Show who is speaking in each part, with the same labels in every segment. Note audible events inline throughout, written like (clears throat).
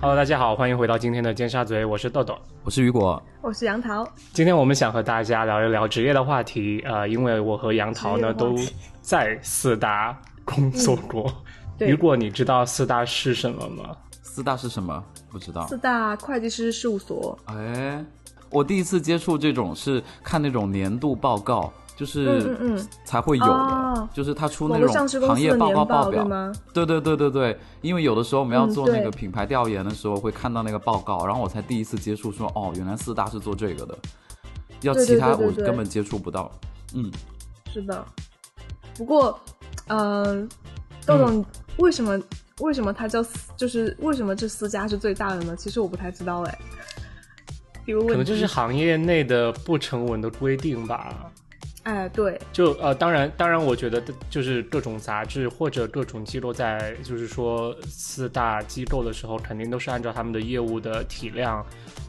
Speaker 1: Hello，大家好，欢迎回到今天的尖沙咀，我是豆豆。
Speaker 2: 我是雨果，
Speaker 3: 我哦是杨桃，
Speaker 1: 今天我们想和大家聊一聊职业的话题，呃，因为我和杨桃呢
Speaker 3: 职业的
Speaker 1: 都
Speaker 3: 话题嗯
Speaker 1: 在四大工作过。
Speaker 3: 对
Speaker 1: 雨果，你知道四大是什么吗？
Speaker 2: 四大是什么？不知道
Speaker 3: 四。大会计师事务所。
Speaker 2: 哎，我第一次接触这种是看那种年度报告，就
Speaker 3: 嗯
Speaker 2: 是
Speaker 3: 嗯嗯，
Speaker 2: 才会有的，
Speaker 3: 哦
Speaker 2: 就是他出
Speaker 3: 我
Speaker 2: 那
Speaker 3: 们上市
Speaker 2: 种行
Speaker 3: 公司
Speaker 2: 业
Speaker 3: 的
Speaker 2: 报
Speaker 3: 年
Speaker 2: 告报
Speaker 3: 对
Speaker 2: 表。
Speaker 3: 吗？
Speaker 2: 对对对对对，因为有的时候我们要
Speaker 3: 嗯
Speaker 2: 做那
Speaker 3: 对
Speaker 2: 个品牌调研的时候，会看到那个报告，然后我才第一次接触说，哦，原来四大是做这个的，要
Speaker 3: 对
Speaker 2: 其
Speaker 3: 对
Speaker 2: 他
Speaker 3: 对对
Speaker 2: 我
Speaker 3: 对
Speaker 2: 根本接触不到。嗯，
Speaker 3: 是的。不过，嗯、豆豆，你为什么为什么它叫四就是为什么这四家是最大的呢？其实我不太知道哎。比如问
Speaker 1: 可能就是
Speaker 3: 题
Speaker 1: 行业内的不成文的规定吧。
Speaker 3: 哎，对，
Speaker 1: 就呃，当然，当然，我觉得就是各种杂志或者各种机构在就是说四大机构的时候，肯定都是按照他们的业务的体量、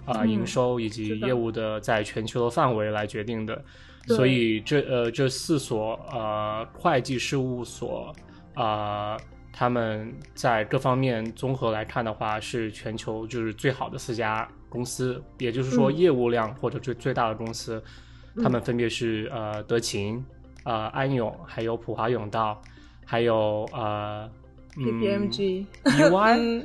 Speaker 1: 啊、
Speaker 3: 嗯
Speaker 1: 营收以及
Speaker 3: 是的
Speaker 1: 业务的在全球的范围来决定的。
Speaker 3: 对
Speaker 1: 所以这呃这四所呃会计事务所啊、呃他们在各方面综合来看的话，是全球就是最好的四家公司，也就是说
Speaker 3: 嗯
Speaker 1: 业务量或者最最大的公司，他们分别是呃德勤、呃安永，还有普华永道，还有呃。嗯
Speaker 3: KPMG (laughs)
Speaker 1: EY、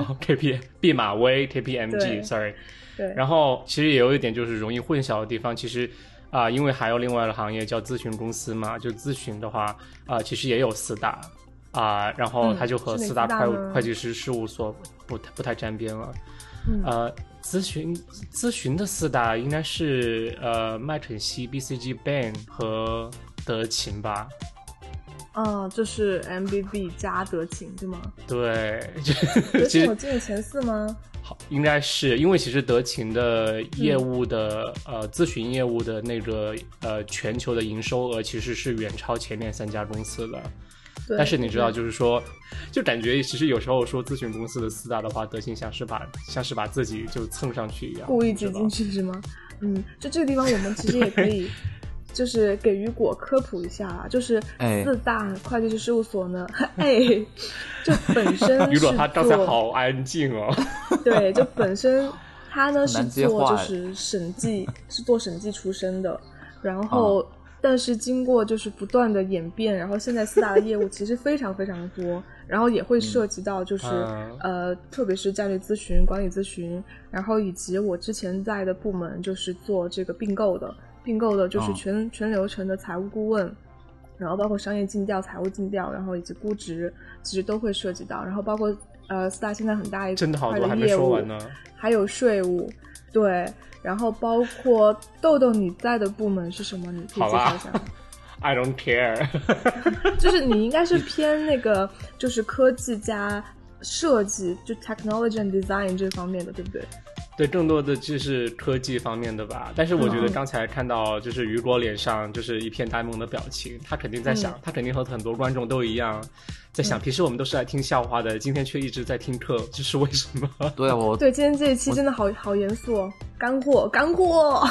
Speaker 1: 哦 KP 毕马威 KPMG
Speaker 3: 嗯对
Speaker 1: sorry，
Speaker 3: 对，
Speaker 1: 然后其实也有一点就是容易混淆的地方，其实啊、因为还有另外的行业叫咨询公司嘛，就咨询的话啊、其实也有四大啊、然后它就和
Speaker 3: 嗯是哪
Speaker 1: 四大
Speaker 3: 四大
Speaker 1: 会
Speaker 3: 呢
Speaker 1: 会计师事务所不太不太沾边了。
Speaker 3: 嗯
Speaker 1: 呃，咨询咨询的四大应该是呃麦肯锡、BCG、Bain 和德勤吧？
Speaker 3: 嗯，就是 MBB 加德勤对
Speaker 1: (laughs)
Speaker 3: 吗？
Speaker 1: 对，
Speaker 3: 德
Speaker 1: 其
Speaker 3: 勤
Speaker 1: 实
Speaker 3: 有进前四吗？
Speaker 1: 好，应该是因为其实德勤的业务的、呃咨询业务的那个呃全球的营收额其实是远超前面三家公司的。
Speaker 3: 对，
Speaker 1: 但是你知道，
Speaker 3: 对
Speaker 1: 就是说，就感觉其实有时候说咨询公司的四大的话，德勤像是把像是把自己就蹭上去一样，
Speaker 3: 故意
Speaker 1: 知
Speaker 3: 挤
Speaker 1: 道
Speaker 3: 进去是吗？嗯，就这个地方我们其实也可以， (laughs) 就是给雨果科普一下啊，就是
Speaker 2: 哎
Speaker 3: 四大会计师事务所呢， (laughs) 哎，就本身
Speaker 1: 雨
Speaker 3: 是
Speaker 1: 果
Speaker 3: 做
Speaker 1: 他刚才好安静哦， (laughs)
Speaker 3: 对，就本身他呢
Speaker 2: 很
Speaker 3: 是
Speaker 2: 难接
Speaker 3: 做就
Speaker 2: 话哎
Speaker 3: 是审计，是做审计出身的，然
Speaker 2: 嗯
Speaker 3: 后、但是经过就是不断的演变，然后现在四大的业务其实非常非常多，然后也会涉及到就是、
Speaker 1: 嗯
Speaker 3: 呃，特别是战略咨询、管理咨询，然后以及我之前在的部门就是做这个并购的，并购的就是
Speaker 2: 嗯
Speaker 3: 全、全流程的财务顾问。然后包括商业尽调、财务尽调，然后以及估值，其实都会涉及到。然后包括呃，四大现在很大一
Speaker 1: 真的好
Speaker 3: 块
Speaker 1: 多还没
Speaker 3: 业
Speaker 1: 说
Speaker 3: 务
Speaker 1: 完呢。
Speaker 3: 还有税务，对，然后包括豆豆你在的部门是什么？你可以
Speaker 1: 好
Speaker 3: 介绍
Speaker 1: 吧
Speaker 3: 一下吗。
Speaker 1: I don't care， (laughs)
Speaker 3: 就是你应该是偏那个，就是科技加设计，就 technology and design 这方面的，对不对？
Speaker 1: 对，更多的就是科技方面的吧。但是我觉得
Speaker 3: 嗯
Speaker 1: 刚才看到就是雨果脸上就是一片呆萌的表情，他肯定在想，他肯定和很多观众都一样，在想，平时我们都是来听笑话的，今天却一直在听课，这是为什么？ (laughs)
Speaker 2: 对我
Speaker 3: 对，今天这一期真的好好严肃哦，干货，干货。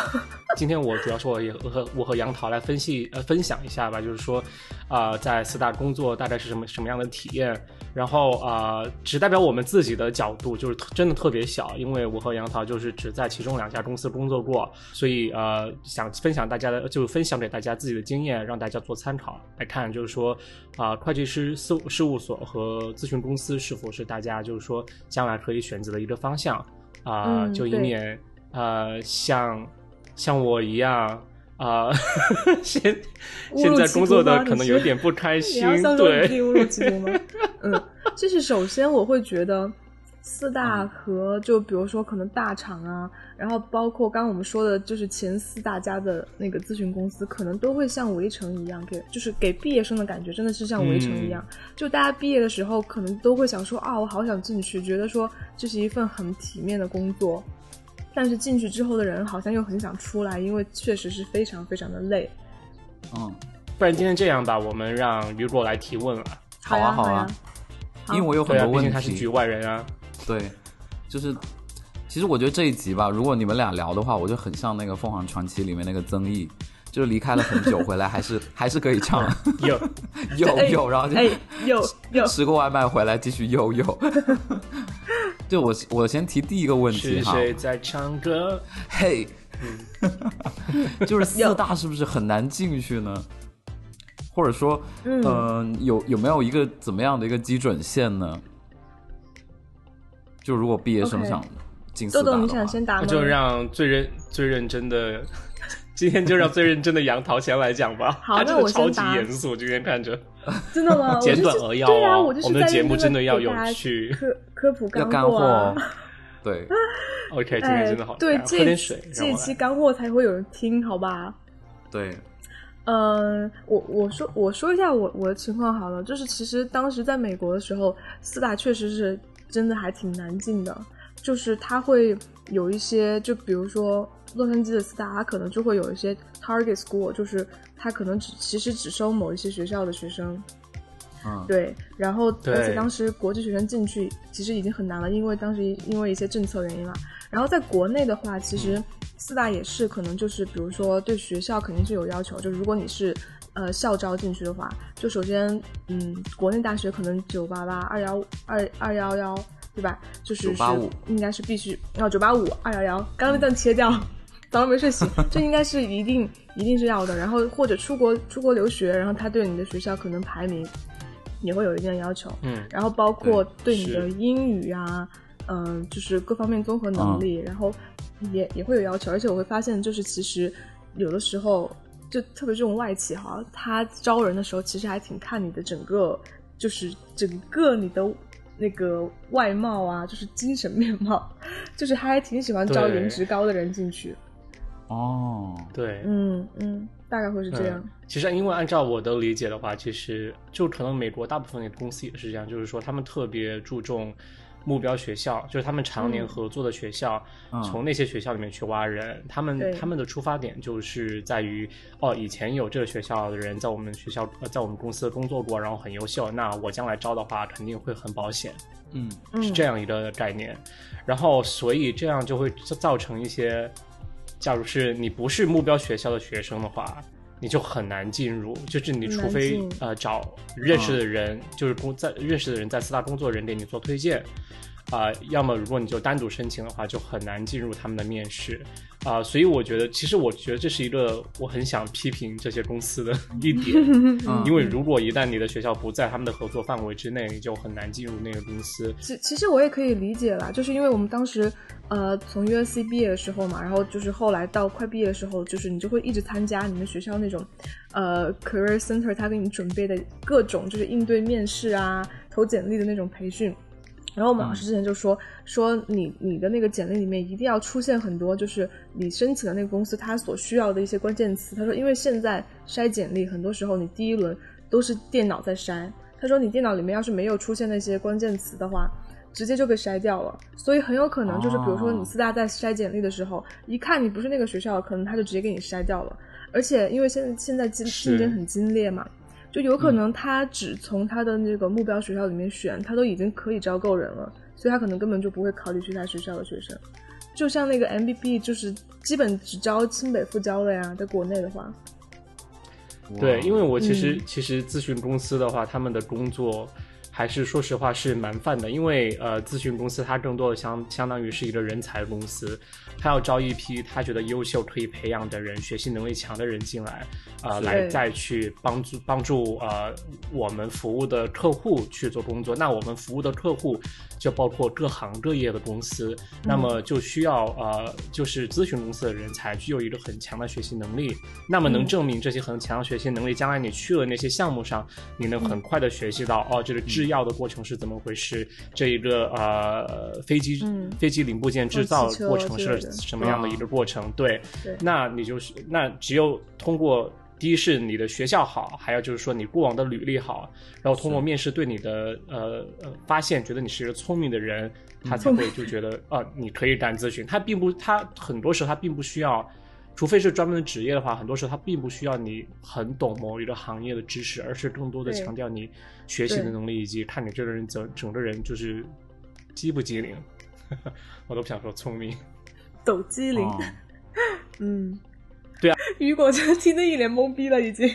Speaker 1: 今天我主要是我也和我和杨桃来分析呃分享一下吧，就是说，啊、在四大工作大概是什么什么样的体验，然后啊、呃只代表我们自己的角度，就是特真的特别小，因为我和杨桃就是只在其中两家公司工作过，所以呃想分享大家的就分享给大家自己的经验，让大家做参考来看，就是说啊、会计师事事务所和咨询公司是否是大家就是说将来可以选择的一个方向啊、
Speaker 3: 嗯
Speaker 1: 就以
Speaker 3: 对
Speaker 1: 免。呃，像像我一样
Speaker 3: (laughs)
Speaker 1: 啊， (laughs) 现
Speaker 3: 误入
Speaker 1: 现在
Speaker 3: 歧途
Speaker 1: 工作的
Speaker 3: 吗
Speaker 1: 可
Speaker 3: 你
Speaker 1: 能
Speaker 3: 是
Speaker 1: 有点不开
Speaker 3: 你
Speaker 1: 心
Speaker 3: 要，像这种
Speaker 1: 对
Speaker 3: 地误入歧途吗？嗯，就是首先我会觉得四大和就比如说可能大厂啊，然后包括刚刚我们说的，就是前四大家的那个咨询公司，可能都会像围城一样给，就是给毕业生的感觉真的是像围城一样，就大家毕业的时候可能都会想说啊，我好想进去，觉得说这是一份很体面的工作。但是进去之后的人好像又很想出来，因为确实是非常非常的累。
Speaker 2: 嗯，
Speaker 1: 不然今天这样吧，我们让雨果来提问了，
Speaker 2: 好啊
Speaker 3: 好呀
Speaker 2: 啊
Speaker 3: 呀，
Speaker 2: 因为我有很
Speaker 1: 对啊，
Speaker 2: 多
Speaker 1: 毕
Speaker 2: 问题。
Speaker 1: 竟他是局外人
Speaker 2: (laughs)
Speaker 1: 啊，
Speaker 2: 对，就是其实我觉得这一集吧，如果你们俩聊的话，我就很像那个《凤凰传奇》里面那个曾毅，就是离开了很久回来，还是还是可以
Speaker 3: (laughs)
Speaker 2: 唱
Speaker 1: 有
Speaker 2: 有
Speaker 3: 哎
Speaker 2: 有，然后就
Speaker 3: 哎，有有，
Speaker 2: (laughs) 吃过外卖回来继续悠悠。对我我先提第一个问题
Speaker 1: 是
Speaker 2: 哈，
Speaker 1: 谁在唱歌？
Speaker 2: 嘿，
Speaker 1: 嗯
Speaker 2: (laughs) 就是四大是不是很难进去呢？或者说，嗯、
Speaker 3: 嗯
Speaker 2: 有有没有一个怎么样的一个基准线呢？就如果毕业生
Speaker 3: OK
Speaker 2: 想进四
Speaker 3: 豆
Speaker 2: 大的
Speaker 3: 豆，
Speaker 2: 话，
Speaker 3: 你想先答
Speaker 1: 那
Speaker 3: 吗？
Speaker 1: 就让最认最认真的， (laughs) 今天就让最认真的杨桃先来讲吧。
Speaker 3: 好
Speaker 1: 他
Speaker 3: 那
Speaker 1: 真的
Speaker 3: 我先
Speaker 1: 超级
Speaker 3: 答哎
Speaker 1: 严肃，今天看着
Speaker 3: 真的
Speaker 1: (laughs)
Speaker 3: 吗？我
Speaker 1: 简
Speaker 3: 就
Speaker 1: 短
Speaker 3: 是
Speaker 1: 扼要
Speaker 3: 对啊，
Speaker 1: 哦
Speaker 3: 我就是
Speaker 1: 我们的
Speaker 3: 在
Speaker 1: 节目
Speaker 3: 认
Speaker 1: 真的
Speaker 3: 地
Speaker 1: 要
Speaker 3: 给
Speaker 1: 有
Speaker 3: 大家
Speaker 1: 趣 (laughs)
Speaker 3: 科科普
Speaker 2: 要
Speaker 3: 干
Speaker 2: 干货
Speaker 3: 啊
Speaker 2: 哦。， (laughs) 对，
Speaker 1: ，OK，今天
Speaker 3: 哎
Speaker 1: 真的好，，啊
Speaker 3: 对，
Speaker 1: 喝
Speaker 3: 这
Speaker 1: 点水，
Speaker 3: 这
Speaker 1: 让我
Speaker 3: 期
Speaker 1: 来
Speaker 3: 干货才会有人听，好吧？
Speaker 2: 对，
Speaker 3: 嗯，我我说我说一下我我的情况好了，就是其实当时在美国的时候，四大确实是真的还挺难进的，就是它会有一些，就比如说洛杉矶的四大，它可能就会有一些 target school，就是它可能只其实只收某一些学校的学生，
Speaker 2: 嗯，
Speaker 3: 对，然后
Speaker 1: 对
Speaker 3: 而且当时国际学生进去其实已经很难了，因为当时因为一些政策原因嘛。然后在国内的话，其实四大也是可能就是，比如说对学校肯定是有要求，就如果你是呃校招进去的话，就首先嗯，国内大学可能九八八、二幺二二幺幺，对吧？就是是
Speaker 2: 985
Speaker 3: 应该是必须哦，九八五、二幺幺，刚刚那段切掉。 (laughs) 早上没睡醒，这应该是一定一定是要的。然后或者出国出国留学，然后他对你的学校可能排名也会有一定的要求。
Speaker 1: 嗯，
Speaker 3: 然后包括对你
Speaker 1: 是
Speaker 3: 的英语啊，嗯、就是各方面综合
Speaker 1: 嗯
Speaker 3: 能力，然后也也会有要求。而且我会发现，就是其实有的时候，就特别这种外企哈，他招人的时候其实还挺看你的整个，就是整个你的那个外貌啊，就是精神面貌，就是他还挺喜欢招
Speaker 1: 对
Speaker 3: 颜值高的人进去。
Speaker 2: 哦，
Speaker 1: 对，
Speaker 3: 嗯嗯，大概会是这样。
Speaker 1: 嗯其实，因为按照我的理解的话，其实就可能美国大部分的公司也是这样，就是说他们特别注重目标学校，就是他们常年
Speaker 3: 嗯
Speaker 1: 合作的学校，
Speaker 2: 嗯
Speaker 1: 从那些学校里面去挖人。他们
Speaker 3: 对
Speaker 1: 他们的出发点就是在于，哦，以前有这个学校的人在我们学校、呃在我们公司工作过，然后很优秀，那我将来招的话肯定会很保险。
Speaker 2: 嗯，
Speaker 3: 嗯，
Speaker 1: 是这样一个概念。然后，所以这样就会造成一些，假如是你不是目标学校的学生的话，你就很难进入。就是你除非
Speaker 3: 很难进嗯
Speaker 1: 呃找认识的人，就是工在认识的人在四大工作的人给你做推荐。啊、要么如果你就单独申请的话，就很难进入他们的面试啊、所以我觉得，其实我觉得这是一个我很想批评这些公司
Speaker 3: (laughs)
Speaker 1: 的一点，
Speaker 2: 嗯
Speaker 1: 因为如果一旦你的学校不在他们的合作范围之内，你就很难进入那个公司。
Speaker 3: 其其实我也可以理解啦，就是因为我们当时，呃，从 USC 毕业的时候嘛，然后就是后来到快毕业的时候，就是你就会一直参加你们学校那种，呃，career center 他给你准备的各种就是应对面试啊、投简历的那种培训。然后我们老师之前就说、说你你的那个简历里面一定要出现很多就是你申请的那个公司它所需要的一些关键词。他说，因为现在筛简历很多时候你第一轮都是电脑在筛，他说你电脑里面要是没有出现那些关键词的话，直接就被筛掉了。所以很有可能就是，比如说
Speaker 2: 哦
Speaker 3: 你四大在筛简历的时候，一看你不是那个学校，可能他就直接给你筛掉了。而且因为现在现在竞
Speaker 1: 是嗯
Speaker 3: 竞争很激烈嘛，就有可能他只从他的那个目标学校里面选，他都已经可以招够人了，所以他可能根本就不会考虑其他学校的学生。就像那个 MBB，就是基本只招清北复交的呀，在国内的话，
Speaker 1: 对，因为
Speaker 2: 哦
Speaker 1: 我其实、
Speaker 3: 嗯
Speaker 1: 其实咨询公司的话，他们的工作还是说实话是蛮泛的，因为呃，咨询公司它更多的相相当于是一个人才公司，它要招一批他觉得优秀可以培养的人、学习能力强的人进来，呃，
Speaker 2: 是
Speaker 1: 来
Speaker 3: 对
Speaker 1: 再去帮助帮助呃我们服务的客户去做工作。那我们服务的客户就包括各行各业的公司，那么就需要呃就是咨询公司的人才具有一个很强的学习能力，那么能
Speaker 3: 嗯
Speaker 1: 证明这些很强的学习能力，将来你去了那些项目上，你能很快的学习到、
Speaker 3: 嗯
Speaker 1: 哦，这个制药的过程是怎么回事，这一个呃飞机、
Speaker 3: 嗯
Speaker 1: 飞机零部件制造
Speaker 3: 汽车
Speaker 1: 过程
Speaker 3: 之
Speaker 1: 是
Speaker 3: 类的
Speaker 1: 什么样的一个过程，对，
Speaker 3: 嗯对
Speaker 1: 那你就是那只有通过。第一是你的学校好，还有就是说你过往的履历好，然后通过面试对你的呃呃发现，觉得你是一个聪明的人，他才会就觉 (laughs) 得啊、你可以干咨询。他并不，他很多时候他并不需要，除非是专门的职业的话，很多时候他并不需要你很懂某一个行业的知识，而是更多的
Speaker 3: 对
Speaker 1: 强调你学习的
Speaker 3: 对
Speaker 1: 能力以及看你这个人整整个人就是机不机 (laughs) 灵。我都不想说聪明，
Speaker 3: 抖机灵，
Speaker 2: 哦
Speaker 3: 嗯，
Speaker 1: 对啊，
Speaker 3: 雨果就听得一脸懵逼了，已经。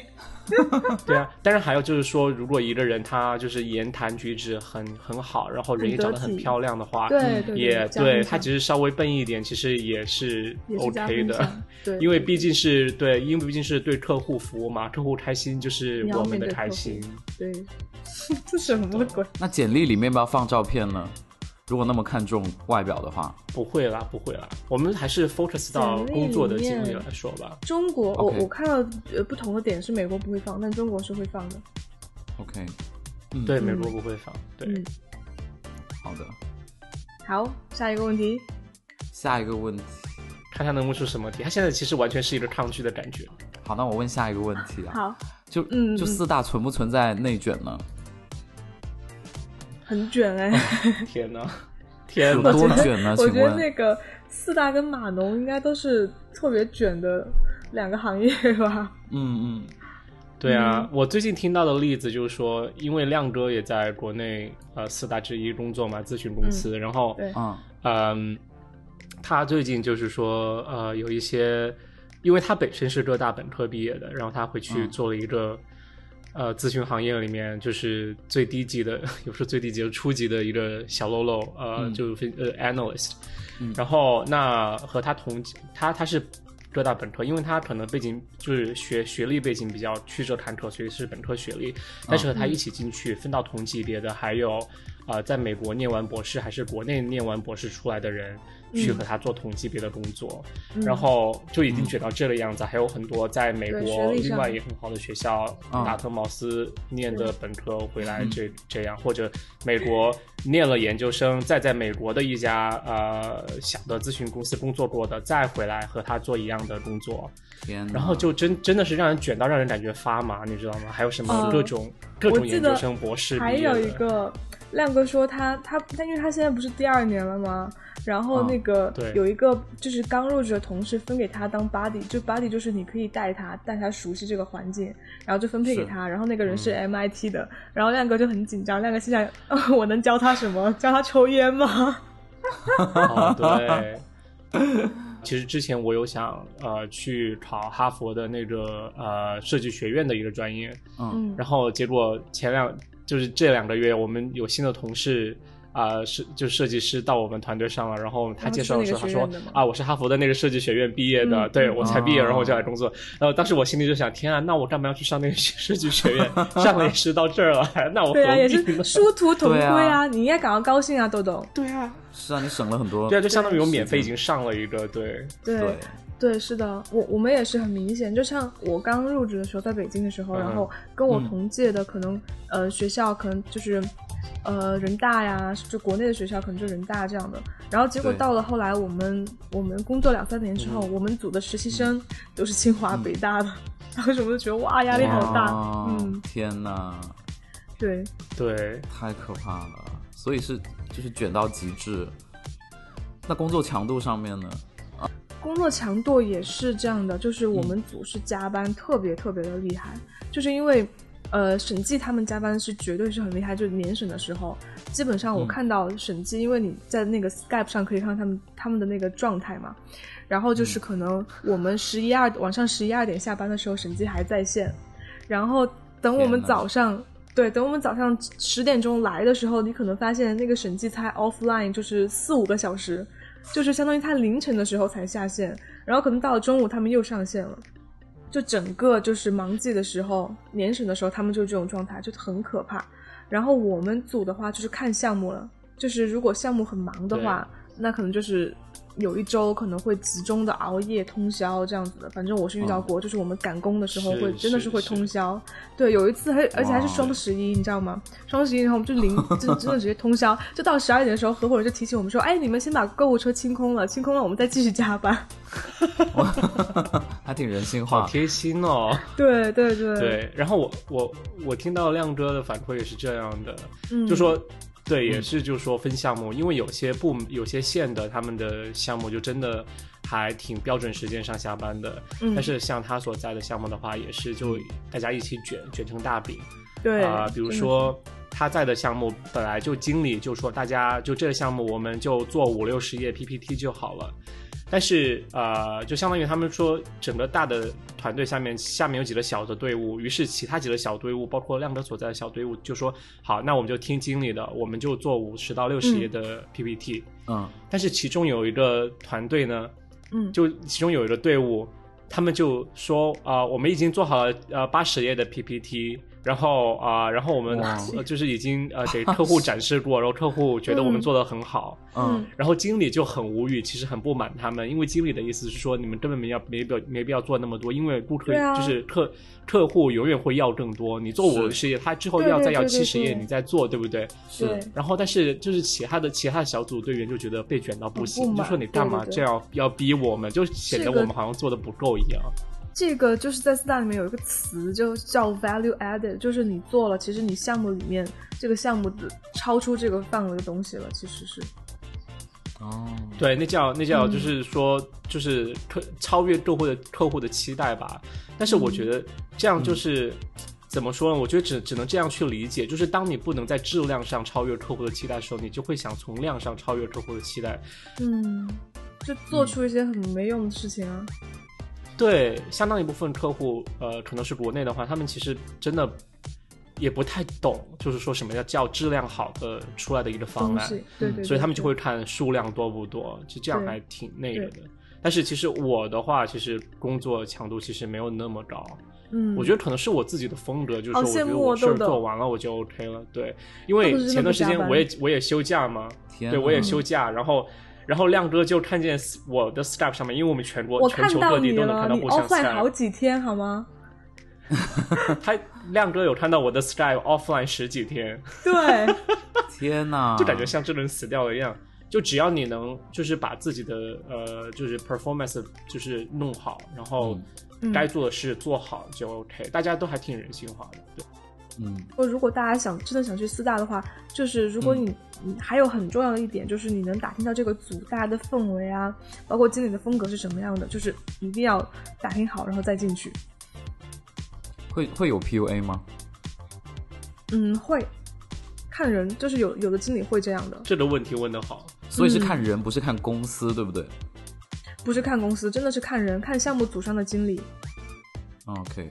Speaker 1: 对啊，但是还有就是说，如果一个人他就是言谈举止很很好，然后人也长得很漂亮的话，
Speaker 3: 对对
Speaker 1: 啊嗯也
Speaker 3: 对，
Speaker 1: 对他其实稍微笨一点，其实也是
Speaker 3: 也是加
Speaker 1: OK
Speaker 3: 分
Speaker 1: 的。
Speaker 3: 项，对，
Speaker 1: 因为
Speaker 3: 对
Speaker 1: 毕竟是对，因为毕竟是对客户服务嘛，客户开心就是
Speaker 3: 你要
Speaker 1: 我们
Speaker 3: 面
Speaker 1: 的
Speaker 3: 对
Speaker 1: 开
Speaker 3: 客户
Speaker 1: 心。
Speaker 3: 对， (laughs) 这什么鬼？
Speaker 2: (laughs) 那简历里面要不要放照片呢？如果那么看重外表的话，
Speaker 1: 不会啦，不会啦，我们还是 focus 到
Speaker 3: 简历
Speaker 1: 工作的
Speaker 3: 里
Speaker 1: 经历
Speaker 3: 面
Speaker 1: 来说吧。
Speaker 3: 中国，我
Speaker 2: OK
Speaker 3: 我看到呃不同的点是美国不会放，但中国是会放的。
Speaker 2: OK，
Speaker 1: 对，
Speaker 3: 嗯
Speaker 1: 美国不会放。对
Speaker 3: 嗯，，
Speaker 2: 好的。
Speaker 3: 好，下一个问题，
Speaker 2: 下一个问题，
Speaker 1: 看他能问出什么题。他现在其实完全是一个抗拒的感觉。
Speaker 2: 好，那我问下一个问题啊，
Speaker 3: 好，
Speaker 2: 就
Speaker 3: 嗯
Speaker 2: 就
Speaker 3: 嗯
Speaker 2: 四大存不存在内卷
Speaker 1: 嗯
Speaker 2: 呢？
Speaker 3: 很卷哎、
Speaker 1: 天哪，
Speaker 3: (laughs)
Speaker 1: 天
Speaker 2: 有
Speaker 1: 哪！
Speaker 2: 多卷呢？
Speaker 3: 我
Speaker 2: 啊请
Speaker 3: 觉得
Speaker 2: 问
Speaker 3: 那个四大跟码农应该都是特别卷的两个行业吧？
Speaker 2: 嗯嗯，
Speaker 1: 对啊，
Speaker 2: 嗯
Speaker 1: 我最近听到的例子就是说，因为亮哥也在国内呃四大之一工作嘛，咨询公司，然后
Speaker 3: 对
Speaker 2: 嗯
Speaker 1: 嗯，他最近就是说，呃，有一些，因为他本身是浙大本科毕业的，然后他回去
Speaker 2: 嗯
Speaker 1: 做了一个，呃，咨询行业里面就是最低级的， (laughs) 有时候最低级的初级的一个小喽啰，呃，
Speaker 2: 嗯
Speaker 1: 就是分呃 analyst，、
Speaker 2: 嗯
Speaker 1: 然后那和他同级他他是。浙大本科，因为他可能背景就是学学历背景比较曲折坎坷，所以是本科学历。但是和他一起进去分到同级别的还有，呃，在美国念完博士还是国内念完博士出来的人，去
Speaker 3: 嗯
Speaker 1: 和他做同级别的工作，
Speaker 3: 嗯
Speaker 1: (laughs) 然后就已经卷到这个样子。还有很多在美
Speaker 3: 对
Speaker 1: 国
Speaker 3: 学历
Speaker 1: 另
Speaker 3: 上
Speaker 1: 外一个很好的学校，
Speaker 2: 嗯
Speaker 1: 达特茅斯念的本科回来这、这样，或者美国念了研究生，再在美国的一家呃小的咨询公司工作过的，再回来和他做一样的工作，
Speaker 2: 天哪，
Speaker 1: 然后就真真的是让人卷到让人感觉发麻，你知道吗？还有什么
Speaker 3: 嗯
Speaker 1: 各种、各
Speaker 3: 我
Speaker 1: 种
Speaker 3: 记
Speaker 1: 研
Speaker 3: 得
Speaker 1: 究生、博士
Speaker 3: 还
Speaker 1: 毕业
Speaker 3: 有
Speaker 1: 的
Speaker 3: 一个亮哥说他他他，因为他现在不是第二年了吗？然后那个、
Speaker 1: 啊对
Speaker 3: 有一个就是刚入职的同事分给他当 buddy，就 buddy 就是你可以带他带他熟悉这个环境，然后就分配给
Speaker 2: 是
Speaker 3: 他。然后那个人是
Speaker 1: 嗯
Speaker 3: MIT 的，然后亮哥就很紧张，亮哥心想、 (laughs) 哦我能教他什么？教他抽烟吗？
Speaker 1: 哦，对。
Speaker 3: (laughs)
Speaker 1: 其实之前我有想呃去考哈佛的那个呃设计学院的一个专业，
Speaker 2: 嗯
Speaker 3: 嗯，
Speaker 1: 然后结果前两就是这两个月我们有新的同事。啊、设就设计师到我们团队上了，然后他
Speaker 3: 然后
Speaker 1: 介
Speaker 3: 是
Speaker 1: 绍的
Speaker 3: 那
Speaker 1: 时
Speaker 3: 个
Speaker 1: 候，他
Speaker 3: 学
Speaker 1: 说
Speaker 3: 院的吗
Speaker 1: 啊，我是哈佛的那个设计学院毕业的，
Speaker 3: 嗯
Speaker 1: 对
Speaker 3: 嗯
Speaker 1: 我才毕业，
Speaker 2: 哦
Speaker 1: 然后我就来工作。然后当时我心里就想，天啊，那我干嘛要去上那个设计学院？上了也是到这儿了， (laughs) 那我何
Speaker 3: 对啊，也
Speaker 1: 必
Speaker 3: 是
Speaker 1: 呢？
Speaker 3: 殊途同归
Speaker 2: 对
Speaker 3: 啊！
Speaker 2: 啊
Speaker 3: 你应该感到高兴啊，豆豆。
Speaker 1: 对啊，
Speaker 2: 是啊，你省了很多
Speaker 1: 对啊，就相当于我免费
Speaker 2: 对
Speaker 1: 已经上了一个，对，
Speaker 3: 对
Speaker 2: 对
Speaker 3: 对，是的，我我们也是很明显，就像我刚入职的时候，在北京的时候，
Speaker 1: 嗯
Speaker 3: 然后跟我
Speaker 2: 嗯
Speaker 3: 同届的可能、呃学校可能就是呃人大呀，就国内的学校可能就人大这样的，然后结果
Speaker 2: 对嗯
Speaker 3: 到了后来，我们我们工作两三年之后，我们组的实习生都是清华、北大的，然后什么就觉得哇压力好大，
Speaker 2: 哇
Speaker 3: 嗯，
Speaker 2: 天哪，
Speaker 3: 对，
Speaker 1: 对，
Speaker 2: 太可怕了，所以是就是卷到极致。那工作强度上面呢？
Speaker 3: 工作强度也是这样的，就是我
Speaker 2: 嗯
Speaker 3: 们组是加班特别特别的厉害，就是因为，呃，审计他们加班是绝对是很厉害，就是年审的时候，基本上我
Speaker 2: 嗯
Speaker 3: 看到审计，因为你在那个 Skype 上可以看到他们他们的那个状态嘛，然后
Speaker 2: 嗯
Speaker 3: 就是可能我们十一二晚上十一二点下班的时候，审计还在线，然后等我们
Speaker 2: 天呐
Speaker 3: 早上。对，等我们早上十点钟来的时候，你可能发现那个审计才 offline，就是四五个小时，就是相当于他凌晨的时候才下线，然后可能到了中午他们又上线了，就整个就是忙季的时候、年审的时候，他们就这种状态，就很可怕。然后我们组的话就是看项目了，就是如果项目很忙的话，那可能就是有一周可能会集中的熬夜通宵这样子的。反正我是遇到过，就是我们赶工的时候
Speaker 1: 哦是
Speaker 3: 会真的
Speaker 1: 是
Speaker 3: 是会
Speaker 1: 是哦
Speaker 3: 通宵。对，有一次还而且还是
Speaker 2: 哇
Speaker 3: 双十一，你知道吗？双十一然后我们就零，就真的直接通宵，就到十二点的时候，合伙人就提醒我们说：“哎，你们先把购物车清空了，清空了我们再继续加班。
Speaker 2: 还挺人性
Speaker 1: 好
Speaker 2: 化。
Speaker 1: 贴心哦。
Speaker 3: (laughs) 对”对对
Speaker 1: (laughs)
Speaker 3: 对，
Speaker 1: 对，然后我我我听到亮哥的反馈也是这样的，
Speaker 3: 嗯，
Speaker 1: 就说对，也是就是说分项目，因为有些部有些县的他们的项目就真的还挺标准时间上下班的，
Speaker 3: 嗯
Speaker 1: 但是像他所在的项目的话，也是就大家一起卷卷成大饼，
Speaker 3: 对
Speaker 1: 啊、比如
Speaker 3: 真的
Speaker 1: 说他在的项目本来就经理就说大家就这个项目我们就做五六十页 PPT 就好了。但是呃，就相当于他们说整个大的团队下面下面有几个小的队伍，于是其他几个小队伍，包括亮哥所在的小队伍，就说好，那我们就听经理的，我们就做五十到六十页的 PPT。
Speaker 2: 嗯，
Speaker 1: 但是其中有一个团队呢，
Speaker 3: 嗯，
Speaker 1: 就其中有一个队伍，他们就说啊、我们已经做好了呃八十页的 PPT，然后啊、然后我们、
Speaker 2: 哇
Speaker 1: 呃就是已经呃给客户展示过，然后客户觉得我们做的很
Speaker 3: (laughs)
Speaker 1: 好，
Speaker 2: 嗯，
Speaker 1: 然后经理就很无语，其实很不满他们，因为经理的意思是说你们根本没要没必要没必要做那么多，因为顾客、
Speaker 3: 对啊
Speaker 1: 就是客客户永远会要更多，你做
Speaker 2: 是
Speaker 1: 五十页，他之后要
Speaker 3: 对对
Speaker 1: 再要
Speaker 3: 对对
Speaker 1: 七十页，
Speaker 3: 对
Speaker 1: 你再做，对不对？
Speaker 2: 是
Speaker 3: 嗯对
Speaker 1: 然后，但是就是其他的其他的小组队员就觉得被卷到不
Speaker 3: 很
Speaker 1: 行，
Speaker 3: 不
Speaker 1: 就
Speaker 3: 满
Speaker 1: 说你干嘛
Speaker 3: 对对对
Speaker 1: 这样要逼我们，就显得
Speaker 3: 这个
Speaker 1: 我们好像做的不够一样。
Speaker 3: 这个就是在四大里面有一个词，就叫 value added，就是你做了，其实你项目里面这个项目的超出这个范围的东西了，其实是
Speaker 2: 哦，
Speaker 1: 对，那叫那叫
Speaker 3: 嗯
Speaker 1: 就是说就是客超越客户的客户的期待吧。但是我觉
Speaker 3: 嗯
Speaker 1: 得这样就是。怎么说呢？我觉得只只能这样去理解，就是当你不能在质量上超越客户的期待的时候，你就会想从量上超越客户的期待。
Speaker 3: 嗯，就做出一些很没用的事情啊。
Speaker 1: 对，相当一部分客户，呃，可能是国内的话，他们其实真的也不太懂，就是说什么叫叫质量好的出来的一个方
Speaker 3: 东
Speaker 1: 案，
Speaker 3: 西，对对对，
Speaker 1: 嗯所以他们就
Speaker 3: 对
Speaker 1: 会看数量多不多，就这样
Speaker 3: 对
Speaker 1: 还挺那个的
Speaker 3: 对。
Speaker 1: 但是其实我的话，其实工作强度其实没有那么高，
Speaker 3: 嗯，
Speaker 1: 我觉得可能是我自己的风格，就是
Speaker 3: 好
Speaker 1: 说我觉
Speaker 3: 羡
Speaker 1: 得
Speaker 3: 慕
Speaker 1: 我
Speaker 3: 哦
Speaker 1: 事儿
Speaker 3: 豆豆
Speaker 1: 做完了我就 OK 了。对，因
Speaker 3: 豆
Speaker 1: 为
Speaker 3: 豆真
Speaker 1: 前段
Speaker 3: 的哦不
Speaker 1: 时
Speaker 3: 加
Speaker 1: 间
Speaker 3: 班
Speaker 1: 我也我也休假嘛，
Speaker 2: 天嗯
Speaker 1: 对
Speaker 2: 哪
Speaker 1: 我也休假，然后然后亮哥就看见我的 Skype 上面，因为我们全国
Speaker 3: 我
Speaker 1: 全
Speaker 3: 看
Speaker 1: 球
Speaker 3: 到
Speaker 1: 各
Speaker 3: 你
Speaker 1: 地都能
Speaker 3: 了，
Speaker 1: 看到
Speaker 3: 你
Speaker 1: 互相
Speaker 3: offline 好
Speaker 1: Skype，
Speaker 3: 几天好吗？
Speaker 1: (laughs) 他亮哥有看到我的 Skype offline 十几天，
Speaker 3: 对，
Speaker 1: (laughs)
Speaker 2: 天哪，
Speaker 1: 就感觉像这人死掉了一样。就只要你能，就是把自己的呃，就是 performance 就是弄好，然后
Speaker 3: 嗯
Speaker 1: 该做的事做好就 OK，、大家都还挺人性化的，对。
Speaker 2: 嗯
Speaker 3: 说如果大家想真的想去四大的话，就是如
Speaker 1: 嗯
Speaker 3: 果你、你还有很重要的一点，就是你能打听到这个组大家的氛围啊，包括经理的风格是什么样的，就是一定要打听好，然后再进去。
Speaker 2: 会会有 PUA 吗？
Speaker 3: 嗯，会看人，就是有有的经理会这样的，
Speaker 1: 这个问题问得好，
Speaker 2: 所以是看人，不是看公司，对不对
Speaker 3: 不是看公司，真的是看人，看项目组上的经理。
Speaker 2: ？OK，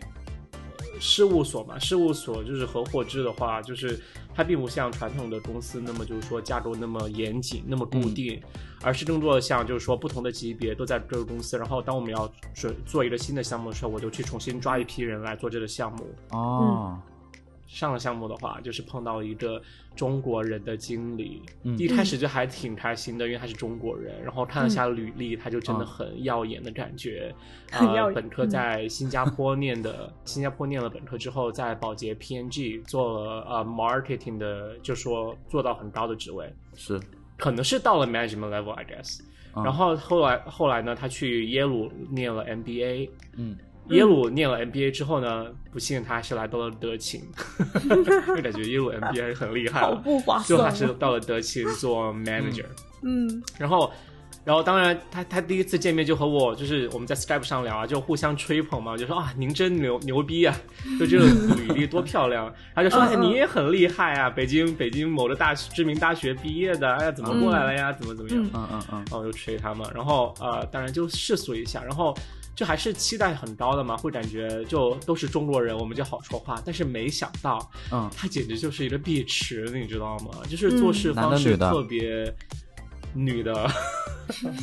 Speaker 1: 事务所嘛，事务所就是合伙制的话，就是它并不像传统的公司那么就是说架构那么严谨、那么固定，而是更多的像就是说不同的级别都在这个公司，然后当我们要准做一个新的项目的时候，我就去重新抓一批人来做这个项目。
Speaker 2: 哦，
Speaker 1: 上了项目的话，就是碰到一个中国人的经理，
Speaker 2: 嗯
Speaker 1: 一开始就还挺开心的，因为他是中国人。然后看了下履历，他就真的很耀眼的感
Speaker 3: (laughs)
Speaker 1: 觉。
Speaker 3: 嗯很耀
Speaker 1: 呃，
Speaker 3: 眼嗯
Speaker 1: 本科在新加坡念的，新加坡念了本科之后，在宝洁 PNG 做了呃 marketing 的，就说做到很高的职位，
Speaker 3: 嗯
Speaker 2: 是，
Speaker 1: 可能是到了 management level，I guess。
Speaker 2: 嗯
Speaker 1: 然后后来后来呢，他去耶鲁念了 MBA，
Speaker 2: 嗯，
Speaker 1: 耶鲁念了 MBA 之后呢，不幸他还是来到了德勤， (laughs) 就感觉耶鲁 MBA 还是很厉害
Speaker 3: 好
Speaker 1: 了，
Speaker 3: 不划
Speaker 1: 就还
Speaker 3: 算、哦
Speaker 1: 是到了德勤做 manager，、
Speaker 3: 嗯，
Speaker 1: 然后。然后，当然他，他第一次见面就和我，就是我们在 Skype 上聊啊，就互相吹捧嘛，就说啊，您真牛牛逼
Speaker 3: (laughs)
Speaker 1: 啊，就这个履历多漂亮。他就说，哎，
Speaker 3: 嗯嗯
Speaker 1: 你也很厉害啊，北京北京某个大学知名大学毕业的，哎呀，怎么过来了呀，怎么怎么样
Speaker 3: 嗯？
Speaker 2: 嗯嗯嗯，
Speaker 1: 然后我就吹他嘛，然后呃，当然就世俗一下，然后就还是期待很高的嘛，会感觉就都是中国人，我们就好说话。但是没想到，
Speaker 2: 嗯
Speaker 1: 他简直就是一个碧池，你知道吗？就是做事
Speaker 2: 嗯男的
Speaker 1: 方式
Speaker 2: 女的
Speaker 1: 特别女的